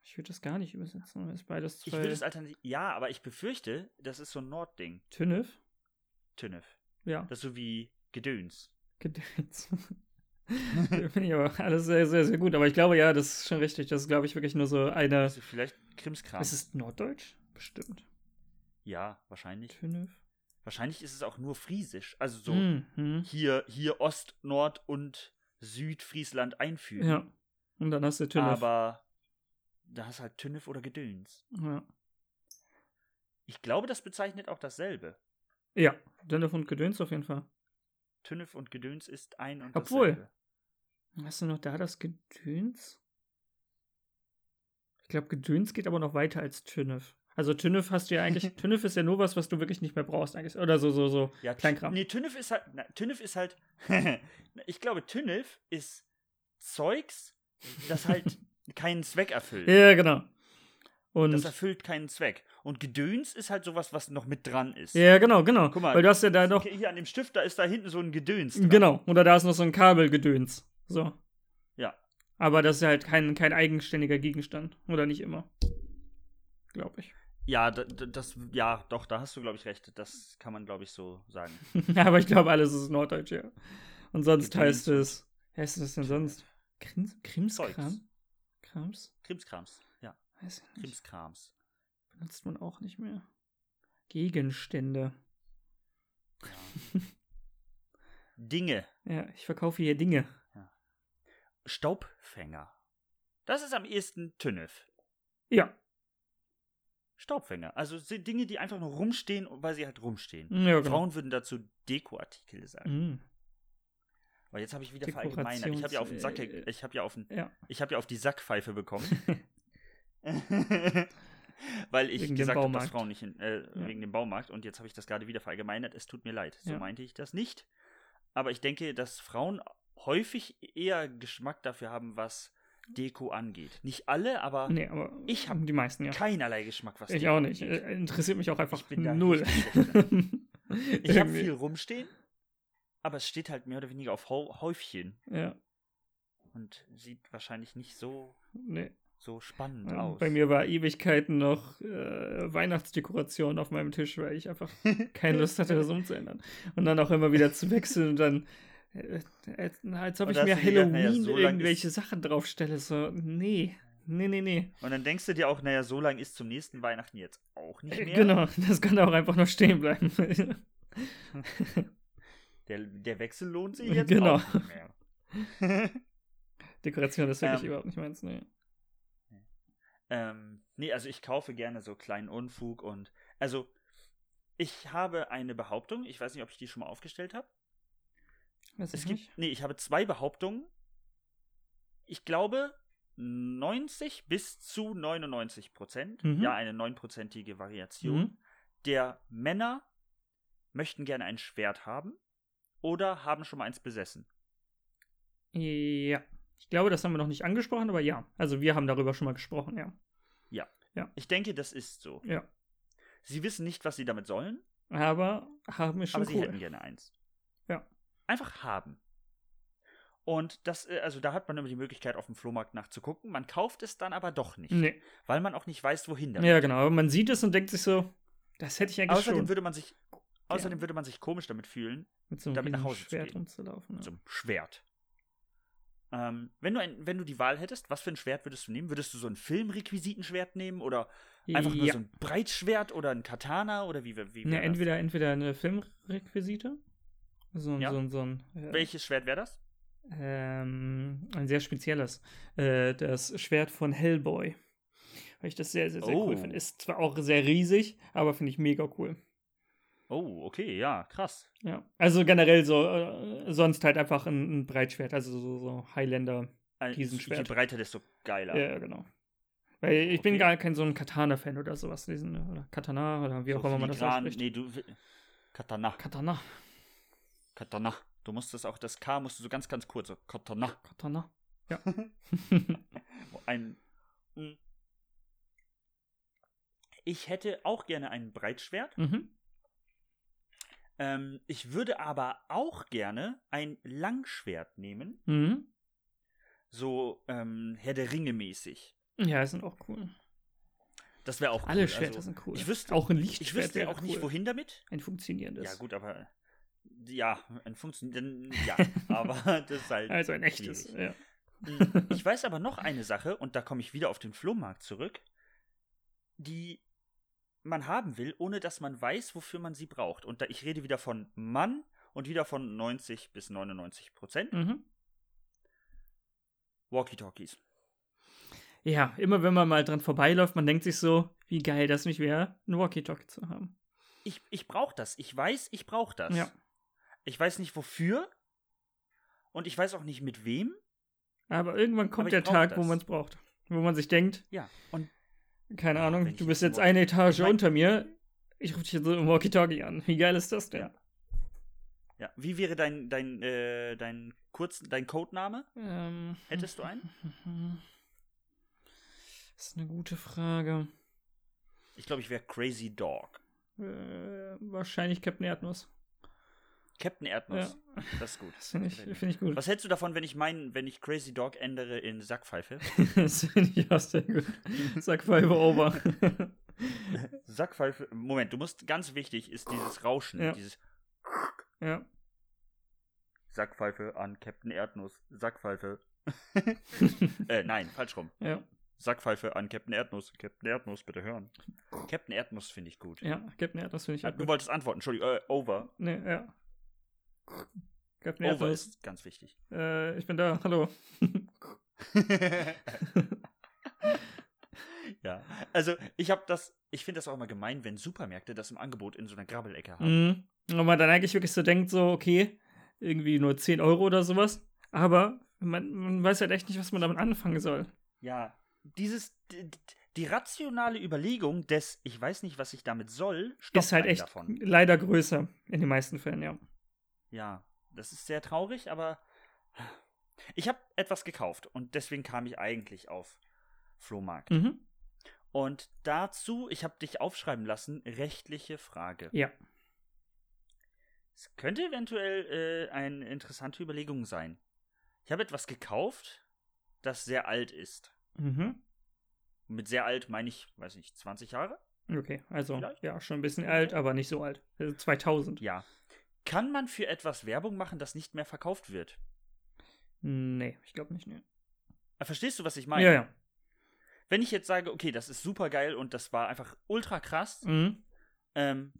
Speaker 2: Ich würde das gar nicht übersetzen. weil Es beides
Speaker 1: Ich würde
Speaker 2: zwei
Speaker 1: es alternativ. Ja, aber ich befürchte, das ist so ein Nordding,
Speaker 2: Tünnef.
Speaker 1: Tünnef.
Speaker 2: Ja.
Speaker 1: Das ist so wie Gedöns.
Speaker 2: Gedöns. Finde ich aber alles sehr, sehr, sehr gut. Aber ich glaube, ja, das ist schon richtig. Das ist, glaube ich, wirklich nur so eine.
Speaker 1: Also vielleicht Krimskrams.
Speaker 2: Ist es Norddeutsch? Bestimmt.
Speaker 1: Ja, wahrscheinlich.
Speaker 2: Tünnef.
Speaker 1: Wahrscheinlich ist es auch nur Friesisch. Also so
Speaker 2: Mhm.
Speaker 1: hier, hier Ost, Nord und Südfriesland einfügen.
Speaker 2: Ja. Und dann hast du Tünnef.
Speaker 1: Aber da hast halt Tünnef oder Gedöns.
Speaker 2: ja.
Speaker 1: Ich glaube, das bezeichnet auch dasselbe.
Speaker 2: ja, Tünnef und Gedöns auf jeden Fall.
Speaker 1: Tünnef und Gedöns ist ein und
Speaker 2: Obwohl.
Speaker 1: dasselbe.
Speaker 2: Hast du noch da das Gedöns? Ich glaube, Gedöns geht aber noch weiter als Tünnef. Also Tünnef hast du ja eigentlich. Tünnef ist ja nur was, was du wirklich nicht mehr brauchst eigentlich. Oder so, so, so.
Speaker 1: Ja,
Speaker 2: Kleinkram.
Speaker 1: Nee, Tünnef ist halt. Na, Tünnef ist halt. ich glaube, Tünnef ist Zeugs, das halt keinen Zweck erfüllt.
Speaker 2: Ja, genau.
Speaker 1: Das
Speaker 2: Und.
Speaker 1: erfüllt keinen Zweck. Und Gedöns ist halt sowas, was noch mit dran ist.
Speaker 2: Ja, genau, genau.
Speaker 1: Guck mal,
Speaker 2: Weil du hast ja da noch.
Speaker 1: Hier an dem Stift, da ist da hinten so ein Gedöns. dran.
Speaker 2: Genau, oder da ist noch so ein Kabelgedöns. So.
Speaker 1: Ja.
Speaker 2: Aber das ist halt kein, kein eigenständiger Gegenstand. Oder nicht immer. Glaube ich.
Speaker 1: Ja, da- da- das, ja, doch, da hast du, glaube ich, recht. Das kann man, glaube ich, so sagen.
Speaker 2: Aber ich glaube, alles ist Norddeutsch, ja. Und sonst
Speaker 1: Gedöns.
Speaker 2: heißt es. Wie heißt es denn sonst? Krims,
Speaker 1: Zeugs.
Speaker 2: Krimskram? Krams?
Speaker 1: Krimskrams. Ja,
Speaker 2: Weiß ich nicht.
Speaker 1: Krimskrams.
Speaker 2: Benutzt man auch nicht mehr. Gegenstände.
Speaker 1: Dinge.
Speaker 2: Ja, ich verkaufe hier Dinge.
Speaker 1: Staubfänger. Das ist am ehesten Tünnef.
Speaker 2: Ja.
Speaker 1: Staubfänger. Also sind Dinge, die einfach nur rumstehen, weil sie halt rumstehen.
Speaker 2: Ja, genau.
Speaker 1: Frauen würden dazu Dekoartikel sagen.
Speaker 2: Mhm.
Speaker 1: Aber jetzt habe ich wieder verallgemeinert. Ich habe ja auf den Sack,
Speaker 2: Dekorations-
Speaker 1: ich habe ja auf den,
Speaker 2: Ja.
Speaker 1: ich habe ja auf die Sackpfeife bekommen. Weil ich
Speaker 2: Wegen dem
Speaker 1: gesagt habe, dass
Speaker 2: Baumarkt.
Speaker 1: Frauen nicht in, äh,
Speaker 2: Ja.
Speaker 1: wegen dem Baumarkt und jetzt habe ich das gerade wieder verallgemeinert. Es tut mir leid. So
Speaker 2: Ja.
Speaker 1: meinte ich das nicht. Aber ich denke, dass Frauen häufig eher Geschmack dafür haben, was Deko angeht. Nicht alle, aber
Speaker 2: Nee, aber
Speaker 1: Ich hab
Speaker 2: die meisten, ja.
Speaker 1: keinerlei Geschmack, was
Speaker 2: Ich
Speaker 1: Deko
Speaker 2: auch nicht.
Speaker 1: angeht.
Speaker 2: Äh, Interessiert mich auch einfach
Speaker 1: Ich bin da
Speaker 2: null.
Speaker 1: richtig schlecht drin. Ich habe
Speaker 2: Irgendwie.
Speaker 1: viel rumstehen, aber es steht halt mehr oder weniger auf Hau- Häufchen
Speaker 2: Ja,
Speaker 1: und sieht wahrscheinlich nicht so
Speaker 2: nee.
Speaker 1: so spannend
Speaker 2: Ähm,
Speaker 1: aus.
Speaker 2: Bei mir war Ewigkeiten noch äh, Weihnachtsdekoration auf meinem Tisch, weil ich einfach keine Lust hatte, das umzuändern. Und dann auch immer wieder zu wechseln und dann, äh, als, als ob
Speaker 1: Und
Speaker 2: ich
Speaker 1: da
Speaker 2: mir
Speaker 1: hast du dir gedacht,
Speaker 2: Halloween
Speaker 1: naja, so lang
Speaker 2: irgendwelche Sachen draufstelle. So, nee, nee, nee, nee.
Speaker 1: Und dann denkst du dir auch, naja, so lang ist zum nächsten Weihnachten jetzt auch nicht
Speaker 2: Äh,
Speaker 1: mehr.
Speaker 2: Genau, das kann auch einfach noch stehen bleiben.
Speaker 1: Der, der Wechsel lohnt sich jetzt
Speaker 2: Genau.
Speaker 1: auch nicht mehr.
Speaker 2: Dekoration ist wirklich
Speaker 1: Ähm,
Speaker 2: überhaupt nicht meins, nee.
Speaker 1: Ähm, nee, also ich kaufe gerne so kleinen Unfug und also ich habe eine Behauptung, ich weiß nicht, ob ich die schon mal aufgestellt habe.
Speaker 2: Weiß
Speaker 1: Es
Speaker 2: ich
Speaker 1: gibt
Speaker 2: nicht.
Speaker 1: nee, ich habe zwei Behauptungen. Ich glaube 90 bis zu 99 Prozent,
Speaker 2: Mhm.
Speaker 1: ja, eine 9-prozentige Variation
Speaker 2: Mhm.
Speaker 1: der Männer möchten gerne ein Schwert haben oder haben schon mal eins besessen.
Speaker 2: Hm? Ja. Ich glaube, das haben wir noch nicht angesprochen, aber ja. Also wir haben darüber schon mal gesprochen, ja.
Speaker 1: Ich denke, das ist so.
Speaker 2: Ja.
Speaker 1: Sie wissen nicht, was sie damit sollen,
Speaker 2: Aber haben wir schon
Speaker 1: aber sie
Speaker 2: cool.
Speaker 1: hätten gerne eins.
Speaker 2: Ja.
Speaker 1: Einfach haben. Und das, äh, also da hat man immer die Möglichkeit, auf dem Flohmarkt nachzugucken. Man kauft es dann aber doch nicht,
Speaker 2: Nee.
Speaker 1: weil man auch nicht weiß, wohin damit.
Speaker 2: Ja, genau. Aber man sieht es und denkt sich so, das hätte ich eigentlich
Speaker 1: Außerdem
Speaker 2: schon.
Speaker 1: würde man sich, außerdem würde man sich komisch damit fühlen,
Speaker 2: mit so einem
Speaker 1: damit nach
Speaker 2: riesen
Speaker 1: Hause zu
Speaker 2: Schwert
Speaker 1: gehen.
Speaker 2: rumzulaufen. ne? Ja.
Speaker 1: zum Schwert. Ähm, wenn, du ein, wenn du die Wahl hättest, was für ein Schwert würdest du nehmen? Würdest du so ein Filmrequisitenschwert nehmen oder einfach nur
Speaker 2: ja.
Speaker 1: so ein Breitschwert oder ein Katana oder wie, wie wie
Speaker 2: Na,
Speaker 1: wär das?
Speaker 2: entweder, entweder eine Filmrequisite, so, ein-
Speaker 1: Ja.
Speaker 2: so, ein- so ein, äh,
Speaker 1: Welches Schwert wäre das?
Speaker 2: ähm, ein sehr spezielles, äh, das Schwert von Hellboy. Weil ich das sehr, sehr, sehr
Speaker 1: Oh.
Speaker 2: cool finde. Ist zwar auch sehr riesig, aber finde ich mega cool.
Speaker 1: Oh, okay, ja, krass.
Speaker 2: Ja. Also generell so, äh, sonst halt einfach ein, ein Breitschwert, also so, so Highlander.
Speaker 1: Ein-
Speaker 2: Riesenschwert.
Speaker 1: Äh, Je breiter, desto geiler.
Speaker 2: Ja, ja genau. Weil ich bin
Speaker 1: Okay.
Speaker 2: gar kein so ein Katana-Fan oder sowas. Diesen, oder Katana oder wie auch
Speaker 1: So
Speaker 2: immer man das
Speaker 1: filigran-
Speaker 2: ausspricht.
Speaker 1: Nee, du. Katana.
Speaker 2: Katana,
Speaker 1: Katana. Du musst das auch, das K musst du so ganz, ganz kurz. So, Katana.
Speaker 2: Katana. Ja.
Speaker 1: Ein. Mm. Ich hätte auch gerne ein Breitschwert.
Speaker 2: mhm.
Speaker 1: Ähm, ich würde aber auch gerne ein Langschwert nehmen.
Speaker 2: Mhm.
Speaker 1: So ähm, Herr der Ringe mäßig.
Speaker 2: Ja, die sind auch cool.
Speaker 1: Das wäre auch
Speaker 2: Alle
Speaker 1: cool.
Speaker 2: Schwerter
Speaker 1: also,
Speaker 2: sind cool.
Speaker 1: ich wüsste-
Speaker 2: auch ein
Speaker 1: Ich
Speaker 2: Lichtschwert
Speaker 1: wüsste
Speaker 2: wäre
Speaker 1: auch
Speaker 2: cool.
Speaker 1: nicht, wohin damit.
Speaker 2: Ein funktionierendes.
Speaker 1: Ja, gut, aber. Ja, ein funktioniert. Ja, aber das ist halt.
Speaker 2: Also ein echtes.
Speaker 1: schwierig.
Speaker 2: Ja.
Speaker 1: Mm, ich weiß aber noch eine Sache, und da komme ich wieder auf den Flohmarkt zurück, die man haben will, ohne dass man weiß, wofür man sie braucht. Und da, ich rede wieder von Mann und wieder von 90 bis 99 Prozent.
Speaker 2: Mhm.
Speaker 1: Walkie-Talkies.
Speaker 2: ja, immer wenn man mal dran vorbeiläuft, man denkt sich so, wie geil das nicht wäre, ein Walkie-Talkie zu haben.
Speaker 1: Ich, ich brauche das. Ich weiß, ich brauche das.
Speaker 2: Ja.
Speaker 1: Ich weiß nicht wofür und ich weiß auch nicht mit wem.
Speaker 2: Aber irgendwann
Speaker 1: Aber ich
Speaker 2: kommt der
Speaker 1: brauch
Speaker 2: Tag, wo
Speaker 1: das.
Speaker 2: man es braucht. Wo man sich denkt,
Speaker 1: Ja. Und
Speaker 2: keine
Speaker 1: Ja,
Speaker 2: Ahnung,
Speaker 1: wenn
Speaker 2: du
Speaker 1: ich
Speaker 2: bist
Speaker 1: jetzt
Speaker 2: jetzt
Speaker 1: ein Walkie-
Speaker 2: eine Etage
Speaker 1: Ich mein-
Speaker 2: unter mir, ich rufe dich jetzt so im Walkie-Talkie an. Wie geil ist das denn?
Speaker 1: Ja. ja, wie wäre dein dein äh, dein kurz dein Codename?
Speaker 2: Ähm, hm.
Speaker 1: Hättest du einen?
Speaker 2: Das ist eine gute Frage.
Speaker 1: Ich glaube, ich wäre Crazy Dog.
Speaker 2: Äh, wahrscheinlich Captain Erdnuss.
Speaker 1: Captain Erdnuss. Das ist gut.
Speaker 2: Das finde ich,
Speaker 1: Gefällt mir.
Speaker 2: find ich gut.
Speaker 1: Was hältst du davon, wenn ich meinen, wenn ich Crazy Dog ändere in Sackpfeife?
Speaker 2: das finde ich auch sehr gut. Sag Five Over.
Speaker 1: Sackpfeife. Moment, du musst ganz wichtig ist dieses Rauschen,
Speaker 2: Ja.
Speaker 1: dieses
Speaker 2: ja.
Speaker 1: Sackpfeife an Captain Erdnuss. Sackpfeife. Äh, nein, falsch rum.
Speaker 2: ja.
Speaker 1: Sackpfeife an Captain Erdnuss. Captain Erdnuss, bitte hören. Captain Erdnuss finde ich gut.
Speaker 2: Ja, Captain Erdnuss finde ich
Speaker 1: Ah,
Speaker 2: auch
Speaker 1: Du
Speaker 2: gut.
Speaker 1: wolltest antworten, Entschuldigung. Äh, over.
Speaker 2: Nee, ja. Captain
Speaker 1: over
Speaker 2: Erdnuss.
Speaker 1: ist ganz wichtig.
Speaker 2: Äh, ich bin da, hallo.
Speaker 1: ja. Also, ich habe das, ich finde das auch immer gemein, wenn Supermärkte das im Angebot in so einer Grabbelecke haben.
Speaker 2: Mhm. Und man dann eigentlich wirklich so denkt, so, okay, irgendwie nur 10 Euro oder sowas. Aber man, man weiß halt echt nicht, was man damit anfangen soll.
Speaker 1: Ja. Dieses, die, die rationale Überlegung des, ich weiß nicht, was ich damit soll, stoppt
Speaker 2: ist halt
Speaker 1: einen
Speaker 2: echt
Speaker 1: davon.
Speaker 2: leider größer in den meisten Fällen, ja.
Speaker 1: Ja, das ist sehr traurig, aber ich habe etwas gekauft und deswegen kam ich eigentlich auf Flohmarkt.
Speaker 2: Mhm.
Speaker 1: Und dazu, ich habe dich aufschreiben lassen, rechtliche Frage.
Speaker 2: Ja.
Speaker 1: Es könnte eventuell äh, eine interessante Überlegung sein. Ich habe etwas gekauft, das sehr alt ist.
Speaker 2: Mhm.
Speaker 1: Mit sehr alt meine ich, weiß nicht, 20 Jahre?
Speaker 2: Okay, also
Speaker 1: Vielleicht?
Speaker 2: ja, schon ein bisschen alt, aber nicht so alt. Also 2000.
Speaker 1: Ja. Kann man für etwas Werbung machen, das nicht mehr verkauft wird?
Speaker 2: Nee, ich glaube nicht. Nee.
Speaker 1: Äh, Verstehst du, was ich meine?
Speaker 2: Ja, ja.
Speaker 1: Wenn ich jetzt sage, okay, das ist super geil und das war einfach ultra krass,
Speaker 2: Mhm.
Speaker 1: ähm,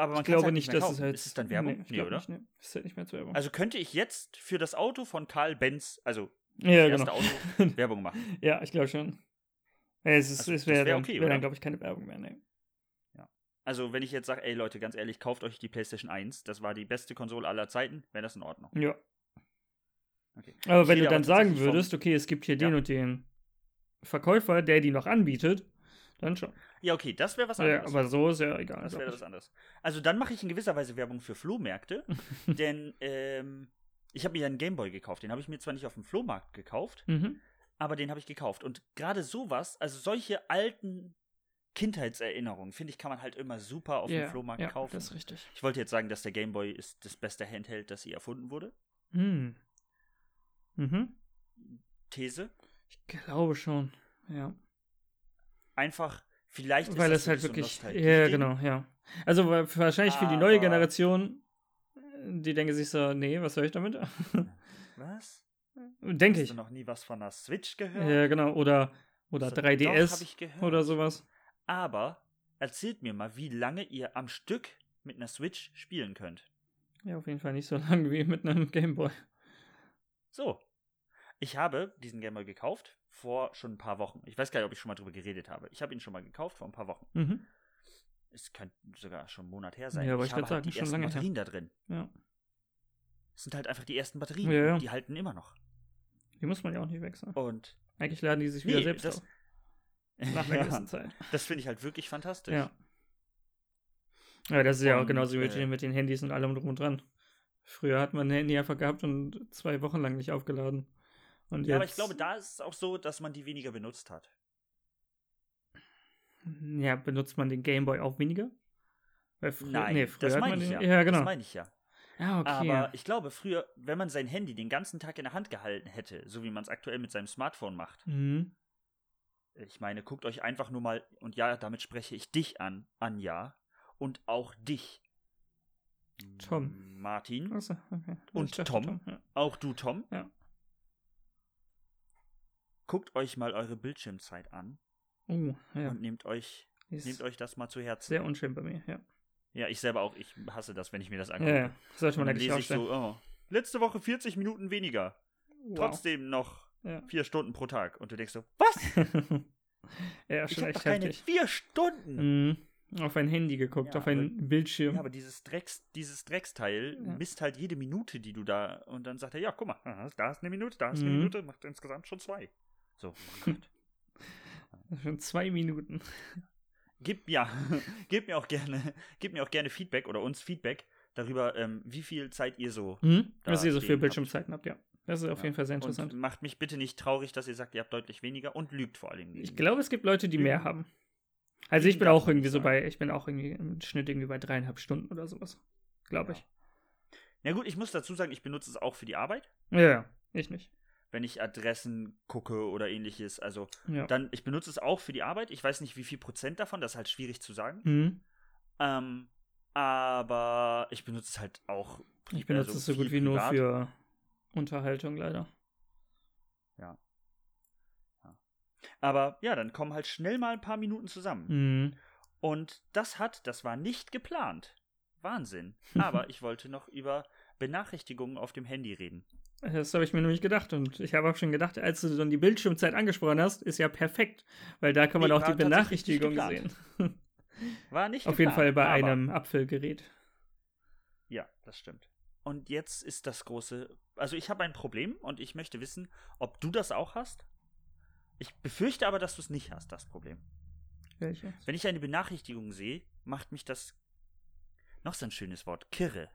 Speaker 1: aber man
Speaker 2: Ich glaube
Speaker 1: kann's halt
Speaker 2: nicht,
Speaker 1: nicht mehr
Speaker 2: dass es
Speaker 1: kaufen.
Speaker 2: halt.
Speaker 1: Ist es dann Werbung?
Speaker 2: Nee, ich
Speaker 1: Nee,
Speaker 2: glaub
Speaker 1: oder?
Speaker 2: Nicht, nee. Ist halt nicht mehr zur Werbung.
Speaker 1: Also könnte ich jetzt für das Auto von Karl Benz, also
Speaker 2: ja,
Speaker 1: das erste
Speaker 2: genau.
Speaker 1: Auto, Werbung machen.
Speaker 2: Ja, ich glaube schon. Äh, Es, ist,
Speaker 1: Also,
Speaker 2: es
Speaker 1: das
Speaker 2: wäre
Speaker 1: wär
Speaker 2: dann,
Speaker 1: okay,
Speaker 2: wär
Speaker 1: oder?
Speaker 2: dann glaube ich, keine Werbung mehr. Nee.
Speaker 1: Also wenn ich jetzt sage, ey Leute, ganz ehrlich, kauft euch die PlayStation 1, das war die beste Konsole aller Zeiten, wäre das in Ordnung.
Speaker 2: Ja.
Speaker 1: Okay.
Speaker 2: Aber
Speaker 1: Ich
Speaker 2: wenn
Speaker 1: rede
Speaker 2: du
Speaker 1: aber
Speaker 2: dann sagen
Speaker 1: tatsächlich vom-
Speaker 2: würdest, okay, es gibt hier
Speaker 1: Ja.
Speaker 2: den und den Verkäufer, der die noch anbietet, dann schon.
Speaker 1: Ja, okay, das wäre was
Speaker 2: Ja,
Speaker 1: anderes.
Speaker 2: aber so ist ja egal.
Speaker 1: das
Speaker 2: ist auch
Speaker 1: wäre was
Speaker 2: nicht-
Speaker 1: anderes. Also dann mache ich in gewisser Weise Werbung für Flohmärkte, denn ähm, ich habe mir ja einen Gameboy gekauft. Den habe ich mir zwar nicht auf dem Flohmarkt gekauft,
Speaker 2: Mhm.
Speaker 1: aber den habe ich gekauft. Und gerade sowas, also solche alten Kindheitserinnerungen, finde ich, kann man halt immer super auf
Speaker 2: ja,
Speaker 1: dem Flohmarkt
Speaker 2: ja,
Speaker 1: kaufen.
Speaker 2: Das ist richtig.
Speaker 1: Ich wollte jetzt sagen, dass der Gameboy ist das beste Handheld, das je erfunden wurde.
Speaker 2: Hm. Mhm.
Speaker 1: These.
Speaker 2: Ich glaube schon. Ja.
Speaker 1: Einfach, vielleicht
Speaker 2: Weil
Speaker 1: ist
Speaker 2: es
Speaker 1: das
Speaker 2: halt
Speaker 1: so ein
Speaker 2: wirklich. Ja,
Speaker 1: Nostalgie-Ding.
Speaker 2: genau, ja. Also wa- wahrscheinlich für die neue
Speaker 1: Aber-
Speaker 2: Generation, die denken sich so, nee, was soll ich damit?
Speaker 1: Was?
Speaker 2: Denke
Speaker 1: Hast
Speaker 2: ich.
Speaker 1: du noch nie was von einer Switch gehört?
Speaker 2: Ja, genau. Oder, oder
Speaker 1: So, doch, hab
Speaker 2: 3DS
Speaker 1: ich gehört.
Speaker 2: oder sowas.
Speaker 1: Aber erzählt mir mal, wie lange ihr am Stück mit einer Switch spielen könnt.
Speaker 2: Ja, auf jeden Fall nicht so lang wie mit einem Gameboy.
Speaker 1: So. Ich habe diesen Gameboy gekauft vor schon ein paar Wochen. Ich weiß gar nicht, ob ich schon mal drüber geredet habe. Ich habe ihn schon mal gekauft vor ein paar Wochen.
Speaker 2: Mhm.
Speaker 1: Es könnte sogar schon einen Monat her sein.
Speaker 2: Ja, aber ich
Speaker 1: habe halt
Speaker 2: würd sagen,
Speaker 1: die
Speaker 2: schon
Speaker 1: ersten
Speaker 2: lange her.
Speaker 1: Batterien da drin.
Speaker 2: Ja.
Speaker 1: Es sind halt einfach die ersten Batterien.
Speaker 2: Ja, ja.
Speaker 1: Die halten immer noch.
Speaker 2: Die muss man ja auch nicht wechseln.
Speaker 1: Und
Speaker 2: Eigentlich laden die sich wieder
Speaker 1: Nee,
Speaker 2: selbst
Speaker 1: das-
Speaker 2: auf. Nach einer
Speaker 1: ja,
Speaker 2: gewissen Zeit.
Speaker 1: das finde ich halt wirklich fantastisch.
Speaker 2: Ja. Ja, das ist ja auch
Speaker 1: Und,
Speaker 2: genauso wie mit
Speaker 1: äh,
Speaker 2: den- mit den Handys und allem drum und dran. Früher hat man ein Handy einfach gehabt und zwei Wochen lang nicht aufgeladen. Und jetzt,
Speaker 1: Ja, aber ich glaube, da ist es auch so, dass man die weniger benutzt hat.
Speaker 2: Ja, benutzt man den Gameboy auch weniger? Weil früher,
Speaker 1: Nein,
Speaker 2: nee, früher
Speaker 1: das
Speaker 2: hat
Speaker 1: meine
Speaker 2: man
Speaker 1: ich ja.
Speaker 2: den, ja, genau.
Speaker 1: Das meine ich ja.
Speaker 2: ja, okay.
Speaker 1: Aber ich glaube, früher, wenn man sein Handy den ganzen Tag in der Hand gehalten hätte, so wie man es aktuell mit seinem Smartphone macht,
Speaker 2: mhm.
Speaker 1: ich meine, guckt euch einfach nur mal, und ja, damit spreche ich dich an, Anja, und auch dich.
Speaker 2: Tom.
Speaker 1: Martin.
Speaker 2: Achso, okay.
Speaker 1: Und
Speaker 2: Ich dachte,
Speaker 1: Tom?
Speaker 2: ja.
Speaker 1: Auch du, Tom.
Speaker 2: Ja.
Speaker 1: Guckt euch mal eure Bildschirmzeit an
Speaker 2: Oh, ja.
Speaker 1: und nehmt euch,
Speaker 2: Die ist
Speaker 1: nehmt euch das mal zu Herzen.
Speaker 2: sehr unschön bei mir, ja.
Speaker 1: Ja, ich selber auch, ich hasse das, wenn ich mir das
Speaker 2: Ja,
Speaker 1: angucke.
Speaker 2: ja. Sollte
Speaker 1: Und
Speaker 2: man
Speaker 1: dann
Speaker 2: eigentlich
Speaker 1: lese
Speaker 2: auch
Speaker 1: ich so, oh, letzte Woche 40 Minuten weniger. Trotzdem noch
Speaker 2: Ja.
Speaker 1: vier Stunden pro Tag. Und du denkst so, was?
Speaker 2: ja,
Speaker 1: Ich
Speaker 2: schon
Speaker 1: habe
Speaker 2: echt
Speaker 1: doch keine
Speaker 2: heftig.
Speaker 1: vier Stunden.
Speaker 2: Mhm. Auf ein Handy geguckt,
Speaker 1: Ja,
Speaker 2: auf einen Bildschirm.
Speaker 1: Ja, aber dieses, Drecks, dieses Drecksteil
Speaker 2: Ja.
Speaker 1: misst halt jede Minute, die du da. Und dann sagt er, ja, guck mal, aha, da ist eine Minute, da ist eine
Speaker 2: Mhm.
Speaker 1: Minute, macht insgesamt schon zwei. So, oh Gott.
Speaker 2: Schon zwei Minuten.
Speaker 1: gib, ja, gib mir auch gerne, gib mir auch gerne Feedback oder uns Feedback darüber, ähm, wie viel Zeit ihr so.
Speaker 2: Hm?
Speaker 1: Da
Speaker 2: Was ihr so
Speaker 1: stehen
Speaker 2: für
Speaker 1: habt.
Speaker 2: Bildschirmzeiten habt, ja. Das ist auf
Speaker 1: Ja.
Speaker 2: jeden Fall sehr
Speaker 1: Und
Speaker 2: interessant.
Speaker 1: macht mich bitte nicht traurig, dass ihr sagt, ihr habt deutlich weniger und lügt vor allem.
Speaker 2: Ich glaube, es gibt Leute, die mehr
Speaker 1: Mhm.
Speaker 2: haben. Also ich
Speaker 1: Mhm,
Speaker 2: bin
Speaker 1: darf
Speaker 2: auch
Speaker 1: man
Speaker 2: irgendwie
Speaker 1: nicht
Speaker 2: so
Speaker 1: sagen.
Speaker 2: bei, ich bin auch irgendwie im Schnitt irgendwie bei dreieinhalb Stunden oder sowas. Glaube
Speaker 1: Ja. Na gut, ich muss dazu sagen, ich benutze es auch für die Arbeit,
Speaker 2: ich. Ja, ja. Ich nicht.
Speaker 1: wenn ich Adressen gucke oder ähnliches. Also
Speaker 2: Ja.
Speaker 1: dann, ich benutze es auch für die Arbeit. Ich weiß nicht, wie viel Prozent davon, das ist halt schwierig zu sagen.
Speaker 2: Mhm.
Speaker 1: Ähm, aber ich benutze es halt auch. pri-
Speaker 2: Ich benutze
Speaker 1: also
Speaker 2: es so gut
Speaker 1: viel
Speaker 2: wie nur
Speaker 1: privat.
Speaker 2: für Unterhaltung leider.
Speaker 1: Aber ja, dann kommen halt schnell mal ein paar Minuten zusammen.
Speaker 2: Mhm.
Speaker 1: Und das hat, das war nicht geplant. Wahnsinn. Aber ich wollte noch über Benachrichtigungen auf dem Handy reden.
Speaker 2: Das habe ich mir nämlich gedacht und ich habe auch schon gedacht, als du dann die Bildschirmzeit angesprochen hast, ist ja perfekt, weil da kann man
Speaker 1: Nee,
Speaker 2: auch die
Speaker 1: war tatsächlich nicht
Speaker 2: Benachrichtigung sehen.
Speaker 1: geplant. War nicht
Speaker 2: Auf jeden Fall
Speaker 1: geplant,
Speaker 2: bei
Speaker 1: aber-
Speaker 2: einem Apfelgerät.
Speaker 1: Ja, das stimmt. Und jetzt ist das große. Also ich habe ein Problem und ich möchte wissen, ob du das auch hast. Ich befürchte aber, dass du es nicht hast, das Problem.
Speaker 2: Welches?
Speaker 1: Wenn ich eine Benachrichtigung sehe, macht mich das. Noch so ein schönes Wort, kirre.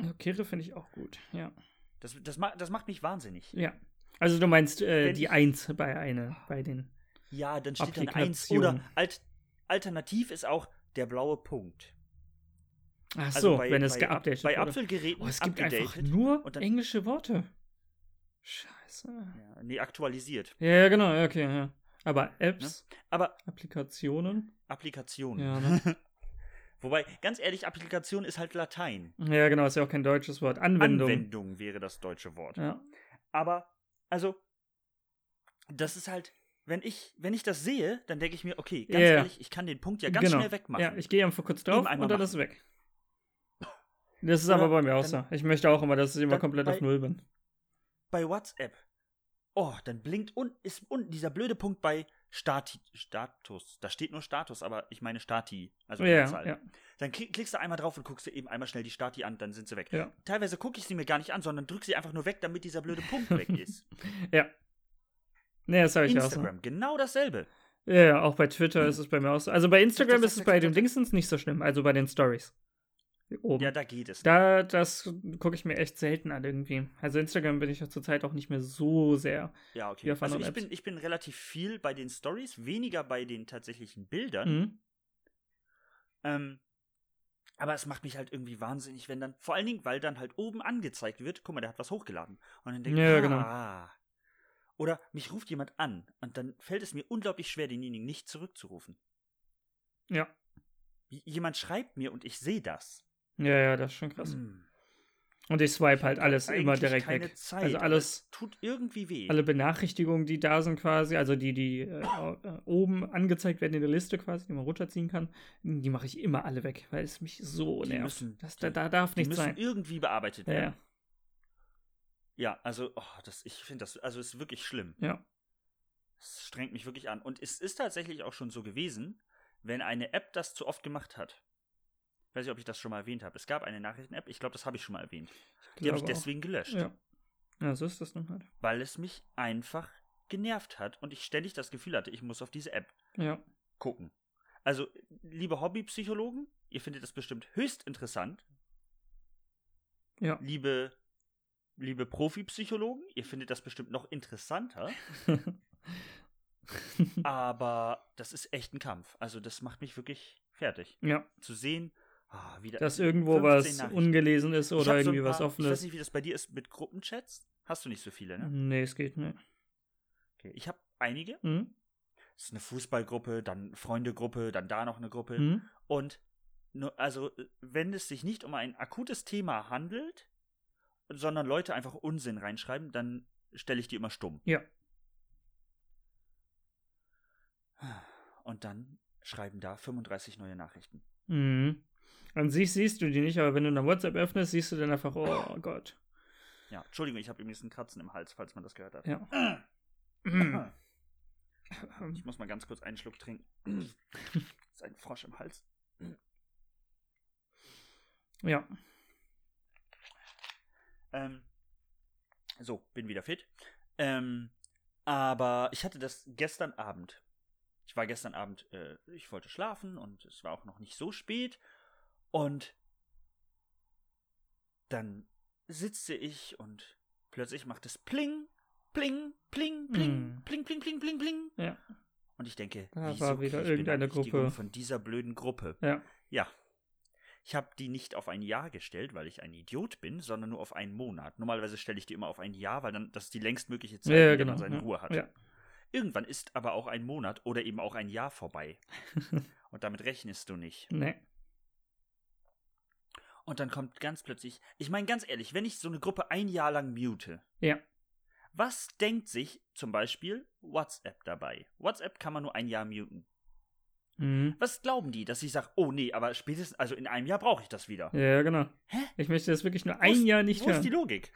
Speaker 2: Ja, Kirre finde ich auch gut, ja.
Speaker 1: Das, das, ma das macht mich wahnsinnig.
Speaker 2: Ja. Also du meinst äh,
Speaker 1: Wenn
Speaker 2: die
Speaker 1: ich-
Speaker 2: Eins bei einer, bei den.
Speaker 1: Ja, dann steht da eine 1.
Speaker 2: Applikation.
Speaker 1: Oder alt alternativ ist auch der blaue Punkt.
Speaker 2: Ach
Speaker 1: Also
Speaker 2: so,
Speaker 1: bei-
Speaker 2: wenn es
Speaker 1: bei,
Speaker 2: geupdatet
Speaker 1: Bei
Speaker 2: wurde.
Speaker 1: Apfelgeräten
Speaker 2: Oh, es gibt einfach
Speaker 1: upgedatet.
Speaker 2: nur
Speaker 1: und dann-
Speaker 2: englische Worte. Scheiße.
Speaker 1: Ja, nee, aktualisiert.
Speaker 2: Ja, ja, genau, ja, okay, ja.
Speaker 1: Ne?
Speaker 2: Aber Apps,
Speaker 1: Aber
Speaker 2: Applikationen.
Speaker 1: Applikationen.
Speaker 2: Ja, ne?
Speaker 1: Wobei, ganz ehrlich, Applikation ist halt Latein.
Speaker 2: ja, genau, ist ja auch kein deutsches Wort. Anwendung.
Speaker 1: Anwendung wäre das deutsche Wort.
Speaker 2: Ja.
Speaker 1: Aber, also, das ist halt, wenn ich, wenn ich das sehe, dann denke ich mir, okay, ganz
Speaker 2: Ja, ja.
Speaker 1: ehrlich, ich kann den Punkt ja äh, ganz
Speaker 2: Genau.
Speaker 1: schnell wegmachen.
Speaker 2: Ja, ich gehe einfach kurz drauf
Speaker 1: Eben
Speaker 2: und dann
Speaker 1: einmal
Speaker 2: ist es weg. Das ist
Speaker 1: Oder
Speaker 2: aber bei mir auch so.
Speaker 1: dann-
Speaker 2: Ich möchte auch immer, dass ich immer
Speaker 1: dann
Speaker 2: komplett auf
Speaker 1: bei-
Speaker 2: Null bin.
Speaker 1: bei WhatsApp. Oh, dann blinkt und ist unten dieser blöde Punkt bei Stati Status. Da steht nur Status, aber ich meine Stati, also
Speaker 2: Ja,
Speaker 1: Anzahl.
Speaker 2: ja.
Speaker 1: Dann kli- klickst du einmal drauf und guckst dir eben einmal schnell die Stati an, dann sind sie weg.
Speaker 2: Ja.
Speaker 1: Teilweise gucke ich sie mir gar nicht an, sondern drück sie einfach nur weg, damit dieser blöde Punkt weg ist.
Speaker 2: Nee, das habe ich auch so.
Speaker 1: Instagram, genau dasselbe.
Speaker 2: Ja, Ja, auch bei Twitter ist es bei mir auch so. Also bei Instagram
Speaker 1: zack,
Speaker 2: ist es
Speaker 1: zack,
Speaker 2: bei
Speaker 1: zack,
Speaker 2: dem
Speaker 1: zack.
Speaker 2: Dingsens nicht so schlimm, also bei den Stories. Hier Oben.
Speaker 1: Ja, da geht es.
Speaker 2: Da, das gucke ich mir echt selten an irgendwie. Also Instagram bin ich ja zurzeit auch nicht mehr so sehr.
Speaker 1: ja, okay.
Speaker 2: wie auf
Speaker 1: Also
Speaker 2: anderen
Speaker 1: ich
Speaker 2: Apps.
Speaker 1: bin, ich bin relativ viel bei den Stories, weniger bei den tatsächlichen Bildern.
Speaker 2: Mhm.
Speaker 1: Ähm, aber es macht mich halt irgendwie wahnsinnig, wenn dann, vor allen Dingen, weil dann halt oben angezeigt wird, guck mal, der hat was hochgeladen. Und dann denke ich,
Speaker 2: Ja,
Speaker 1: ah.
Speaker 2: genau.
Speaker 1: Oder mich ruft jemand an und dann fällt es mir unglaublich schwer, denjenigen nicht zurückzurufen.
Speaker 2: Ja.
Speaker 1: J- Jemand schreibt mir und ich sehe das.
Speaker 2: Ja, ja, das ist schon krass.
Speaker 1: Hm,
Speaker 2: Und ich swipe halt alles
Speaker 1: eigentlich
Speaker 2: immer direkt
Speaker 1: keine
Speaker 2: weg.
Speaker 1: Zeit,
Speaker 2: also
Speaker 1: aber
Speaker 2: alles,
Speaker 1: es Tut irgendwie weh.
Speaker 2: alle Benachrichtigungen, die da sind quasi, also die, die äh, äh, oben angezeigt werden in der Liste quasi, die man runterziehen kann, die mache ich immer alle weg, weil es mich so
Speaker 1: Die
Speaker 2: nervt.
Speaker 1: müssen-
Speaker 2: das, da,
Speaker 1: die-
Speaker 2: da darf
Speaker 1: Die
Speaker 2: nichts
Speaker 1: müssen
Speaker 2: sein.
Speaker 1: irgendwie bearbeitet
Speaker 2: Ja,
Speaker 1: werden.
Speaker 2: ja.
Speaker 1: Ja, also, oh, das, ich finde das, also es ist wirklich schlimm.
Speaker 2: Ja.
Speaker 1: Es strengt mich wirklich an. Und es ist tatsächlich auch schon so gewesen, wenn eine App das zu oft gemacht hat. Ich weiß nicht, ob ich das schon mal erwähnt habe. Es gab eine Nachrichten-App, ich glaube, das habe ich schon mal erwähnt. Die habe ich
Speaker 2: glaube auch.
Speaker 1: deswegen gelöscht,
Speaker 2: Ja. ja, so ist das nun halt.
Speaker 1: weil es mich einfach genervt hat und ich ständig das Gefühl hatte, ich muss auf diese App
Speaker 2: Ja.
Speaker 1: gucken. Also, liebe Hobbypsychologen, ihr findet das bestimmt höchst interessant.
Speaker 2: Ja.
Speaker 1: Liebe, liebe Profipsychologen, ihr findet das bestimmt noch interessanter. Aber das ist echt ein Kampf. Also das macht mich wirklich fertig.
Speaker 2: ja.
Speaker 1: Zu sehen, ah, wieder.
Speaker 2: Dass irgendwo
Speaker 1: 15
Speaker 2: was
Speaker 1: Nachrichten.
Speaker 2: ungelesen ist
Speaker 1: Ich
Speaker 2: oder
Speaker 1: hab so ein
Speaker 2: irgendwie was
Speaker 1: paar- Ich weiß
Speaker 2: offenes. Mhm.
Speaker 1: nicht, wie das bei dir ist mit Gruppenchats. Hast du nicht so viele, ne?
Speaker 2: Nee, es geht nicht.
Speaker 1: Okay. Ich habe einige.
Speaker 2: Hm?
Speaker 1: Es ist eine Fußballgruppe, dann Freundegruppe, dann da noch eine Gruppe.
Speaker 2: Hm?
Speaker 1: Und nur, also, wenn es sich nicht um ein akutes Thema handelt, sondern Leute einfach Unsinn reinschreiben, dann stelle ich die immer stumm.
Speaker 2: Ja.
Speaker 1: Und dann schreiben da 35 neue Nachrichten.
Speaker 2: Mhm. An sich siehst du die nicht, aber wenn du dann WhatsApp öffnest, siehst du dann einfach, oh Gott.
Speaker 1: Ja, Entschuldigung, ich habe übrigens einen Kratzen im Hals, falls man das gehört hat.
Speaker 2: Ja.
Speaker 1: Ich muss mal ganz kurz einen Schluck trinken. ist ein Frosch im Hals.
Speaker 2: ja.
Speaker 1: Ähm, so, bin wieder fit. Ähm, aber ich hatte das gestern Abend. Ich war gestern Abend, äh, ich wollte schlafen und es war auch noch nicht so spät. Und dann sitze ich und plötzlich macht es Pling, Pling, Pling, Pling,
Speaker 2: Mm.
Speaker 1: Pling, Pling, Pling, Pling, Pling.
Speaker 2: Ja.
Speaker 1: Und ich denke,
Speaker 2: Da
Speaker 1: wieso
Speaker 2: war wieder
Speaker 1: krieg ich
Speaker 2: irgendeine
Speaker 1: Benachrichtigungen
Speaker 2: Gruppe.
Speaker 1: von dieser blöden Gruppe.
Speaker 2: Ja.
Speaker 1: Ja. Ich habe die nicht auf ein Jahr gestellt, weil ich ein Idiot bin, sondern nur auf einen Monat. Normalerweise stelle ich die immer auf ein Jahr, weil dann das ist die längstmögliche Zeit,
Speaker 2: Ja, ja,
Speaker 1: in der
Speaker 2: genau.
Speaker 1: man seine
Speaker 2: ja.
Speaker 1: Ruhe hat.
Speaker 2: Ja.
Speaker 1: Irgendwann ist aber auch ein Monat oder eben auch ein Jahr vorbei. Und damit rechnest du nicht.
Speaker 2: Nee.
Speaker 1: Und dann kommt ganz plötzlich, ich meine ganz ehrlich, wenn ich so eine Gruppe ein Jahr lang mute,
Speaker 2: Ja.
Speaker 1: was denkt sich zum Beispiel WhatsApp dabei? WhatsApp kann man nur ein Jahr muten.
Speaker 2: Mhm.
Speaker 1: Was glauben die, dass ich sage, oh nee, aber spätestens, also in einem Jahr brauche ich das wieder?
Speaker 2: Ja, genau.
Speaker 1: Hä?
Speaker 2: Ich möchte das wirklich nur
Speaker 1: Wo ist-
Speaker 2: ein Jahr nicht
Speaker 1: Wo ist die
Speaker 2: hören.
Speaker 1: Logik?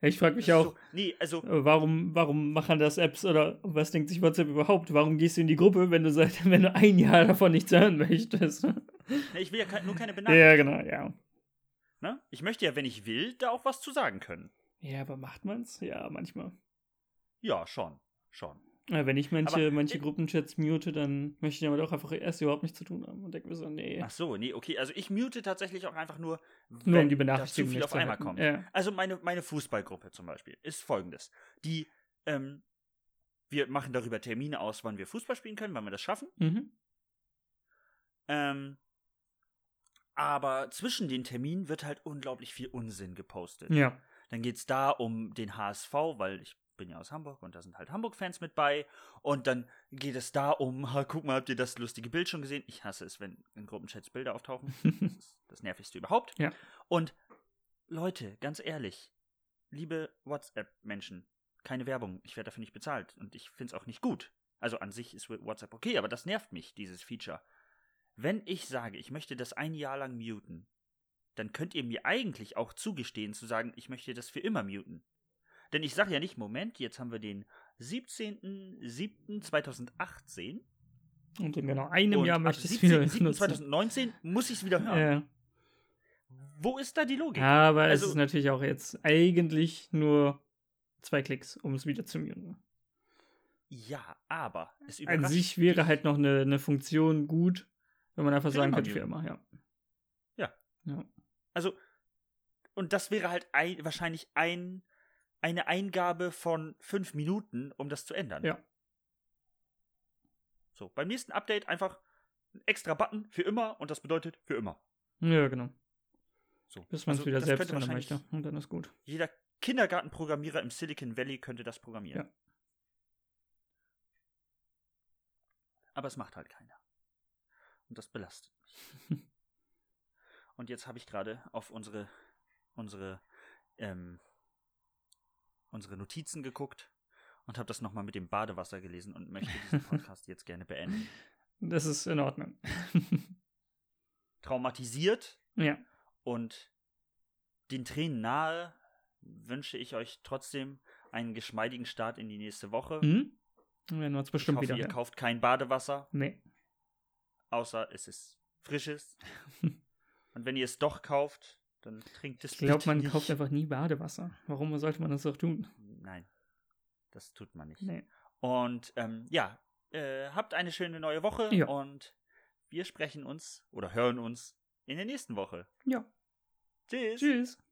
Speaker 2: Ich frage mich
Speaker 1: Das ist
Speaker 2: auch,
Speaker 1: So, nee, also
Speaker 2: äh, warum, warum machen das Apps oder was denkt sich WhatsApp überhaupt? Warum gehst du in die Gruppe, wenn du seit, wenn du ein Jahr davon nichts hören möchtest?
Speaker 1: Ne, Ich will ja ke nur keine Benachrichtigung.
Speaker 2: ja, genau, ja.
Speaker 1: Ne? Ich möchte ja, wenn ich will, da auch was zu sagen können.
Speaker 2: Ja, aber macht man's? Ja, manchmal.
Speaker 1: Ja, schon. Schon.
Speaker 2: Ja, wenn ich manche,
Speaker 1: Aber-
Speaker 2: manche Gruppenchats mute, dann möchte ich damit auch einfach erst überhaupt nichts zu tun haben und denke mir so, nee.
Speaker 1: Ach so, nee, okay. Also ich mute tatsächlich auch einfach nur, wenn
Speaker 2: Nur um die
Speaker 1: da zu
Speaker 2: Benachrichtigung
Speaker 1: viel
Speaker 2: nicht
Speaker 1: auf
Speaker 2: zu
Speaker 1: einmal
Speaker 2: halten.
Speaker 1: kommt.
Speaker 2: Ja.
Speaker 1: Also meine, meine Fußballgruppe zum Beispiel ist folgendes. Die, ähm, wir machen darüber Termine aus, wann wir Fußball spielen können, wann wir das schaffen.
Speaker 2: Mhm.
Speaker 1: Ähm, aber zwischen den Terminen wird halt unglaublich viel Unsinn gepostet.
Speaker 2: ja.
Speaker 1: Dann geht's da um den HSV, weil ich bin ja aus Hamburg und da sind halt Hamburg-Fans mit bei. Und dann geht es da um, ha, guck mal, habt ihr das lustige Bild schon gesehen? Ich hasse es, wenn in Gruppenchats Bilder auftauchen. das ist das Nervigste überhaupt.
Speaker 2: Ja.
Speaker 1: Und Leute, ganz ehrlich, liebe WhatsApp-Menschen, keine Werbung. Ich werde dafür nicht bezahlt. Und ich finde es auch nicht gut. Also an sich ist WhatsApp okay, aber das nervt mich, dieses Feature. Wenn ich sage, ich möchte das ein Jahr lang muten, dann könnt ihr mir eigentlich auch zugestehen zu sagen, ich möchte das für immer muten. Denn ich sage ja nicht, Moment, jetzt haben wir den 17.07.2018
Speaker 2: Und in genau einem
Speaker 1: und also
Speaker 2: Jahr
Speaker 1: ab
Speaker 2: möchte ich es wieder
Speaker 1: 17.07.2019
Speaker 2: nutzen.
Speaker 1: 2019 muss ich es wieder hören.
Speaker 2: Ja.
Speaker 1: Wo ist da die Logik?
Speaker 2: Ja, aber es
Speaker 1: Also-
Speaker 2: ist natürlich auch jetzt eigentlich nur zwei Klicks, um es wieder zu muten.
Speaker 1: Ja, aber es überrascht
Speaker 2: An sich wäre halt noch eine, eine Funktion gut, wenn man einfach
Speaker 1: Für
Speaker 2: sagen
Speaker 1: immer
Speaker 2: könnte, für
Speaker 1: muten.
Speaker 2: immer, ja.
Speaker 1: Also, und das wäre halt ein, wahrscheinlich ein, eine Eingabe von fünf Minuten, um das zu ändern.
Speaker 2: Ja.
Speaker 1: So, beim nächsten Update einfach ein extra Button für immer und das bedeutet für immer.
Speaker 2: Ja, genau.
Speaker 1: So.
Speaker 2: Bis man es
Speaker 1: Also,
Speaker 2: wieder
Speaker 1: das
Speaker 2: selbst
Speaker 1: könnte
Speaker 2: ändern
Speaker 1: wahrscheinlich
Speaker 2: möchte. Und dann ist gut.
Speaker 1: Jeder Kindergartenprogrammierer im Silicon Valley könnte das programmieren.
Speaker 2: Ja.
Speaker 1: Aber es macht halt keiner. Und das belastet mich. Und jetzt habe ich gerade auf unsere, unsere, ähm, unsere Notizen geguckt und habe das nochmal mit dem Badewasser gelesen und möchte diesen Podcast jetzt gerne beenden.
Speaker 2: Das ist in Ordnung.
Speaker 1: Traumatisiert
Speaker 2: ja.
Speaker 1: und den Tränen nahe wünsche ich euch trotzdem einen geschmeidigen Start in die nächste Woche.
Speaker 2: Hm? Dann werden wir
Speaker 1: Ähm,
Speaker 2: uns
Speaker 1: Ich
Speaker 2: bestimmt
Speaker 1: hoffe,
Speaker 2: wieder.
Speaker 1: ihr
Speaker 2: hören.
Speaker 1: kauft kein Badewasser,
Speaker 2: Nee.
Speaker 1: außer es ist frisches. und wenn ihr es doch kauft, dann trinkt es
Speaker 2: Ich glaube,
Speaker 1: bitte
Speaker 2: man
Speaker 1: nicht.
Speaker 2: kauft einfach nie Badewasser. Warum sollte man das doch tun?
Speaker 1: Nein, das tut man nicht.
Speaker 2: Nee.
Speaker 1: Und ähm, ja, äh, habt eine schöne neue Woche
Speaker 2: Ja.
Speaker 1: und wir sprechen uns oder hören uns in der nächsten Woche.
Speaker 2: Ja.
Speaker 1: Tschüss.
Speaker 2: Tschüss.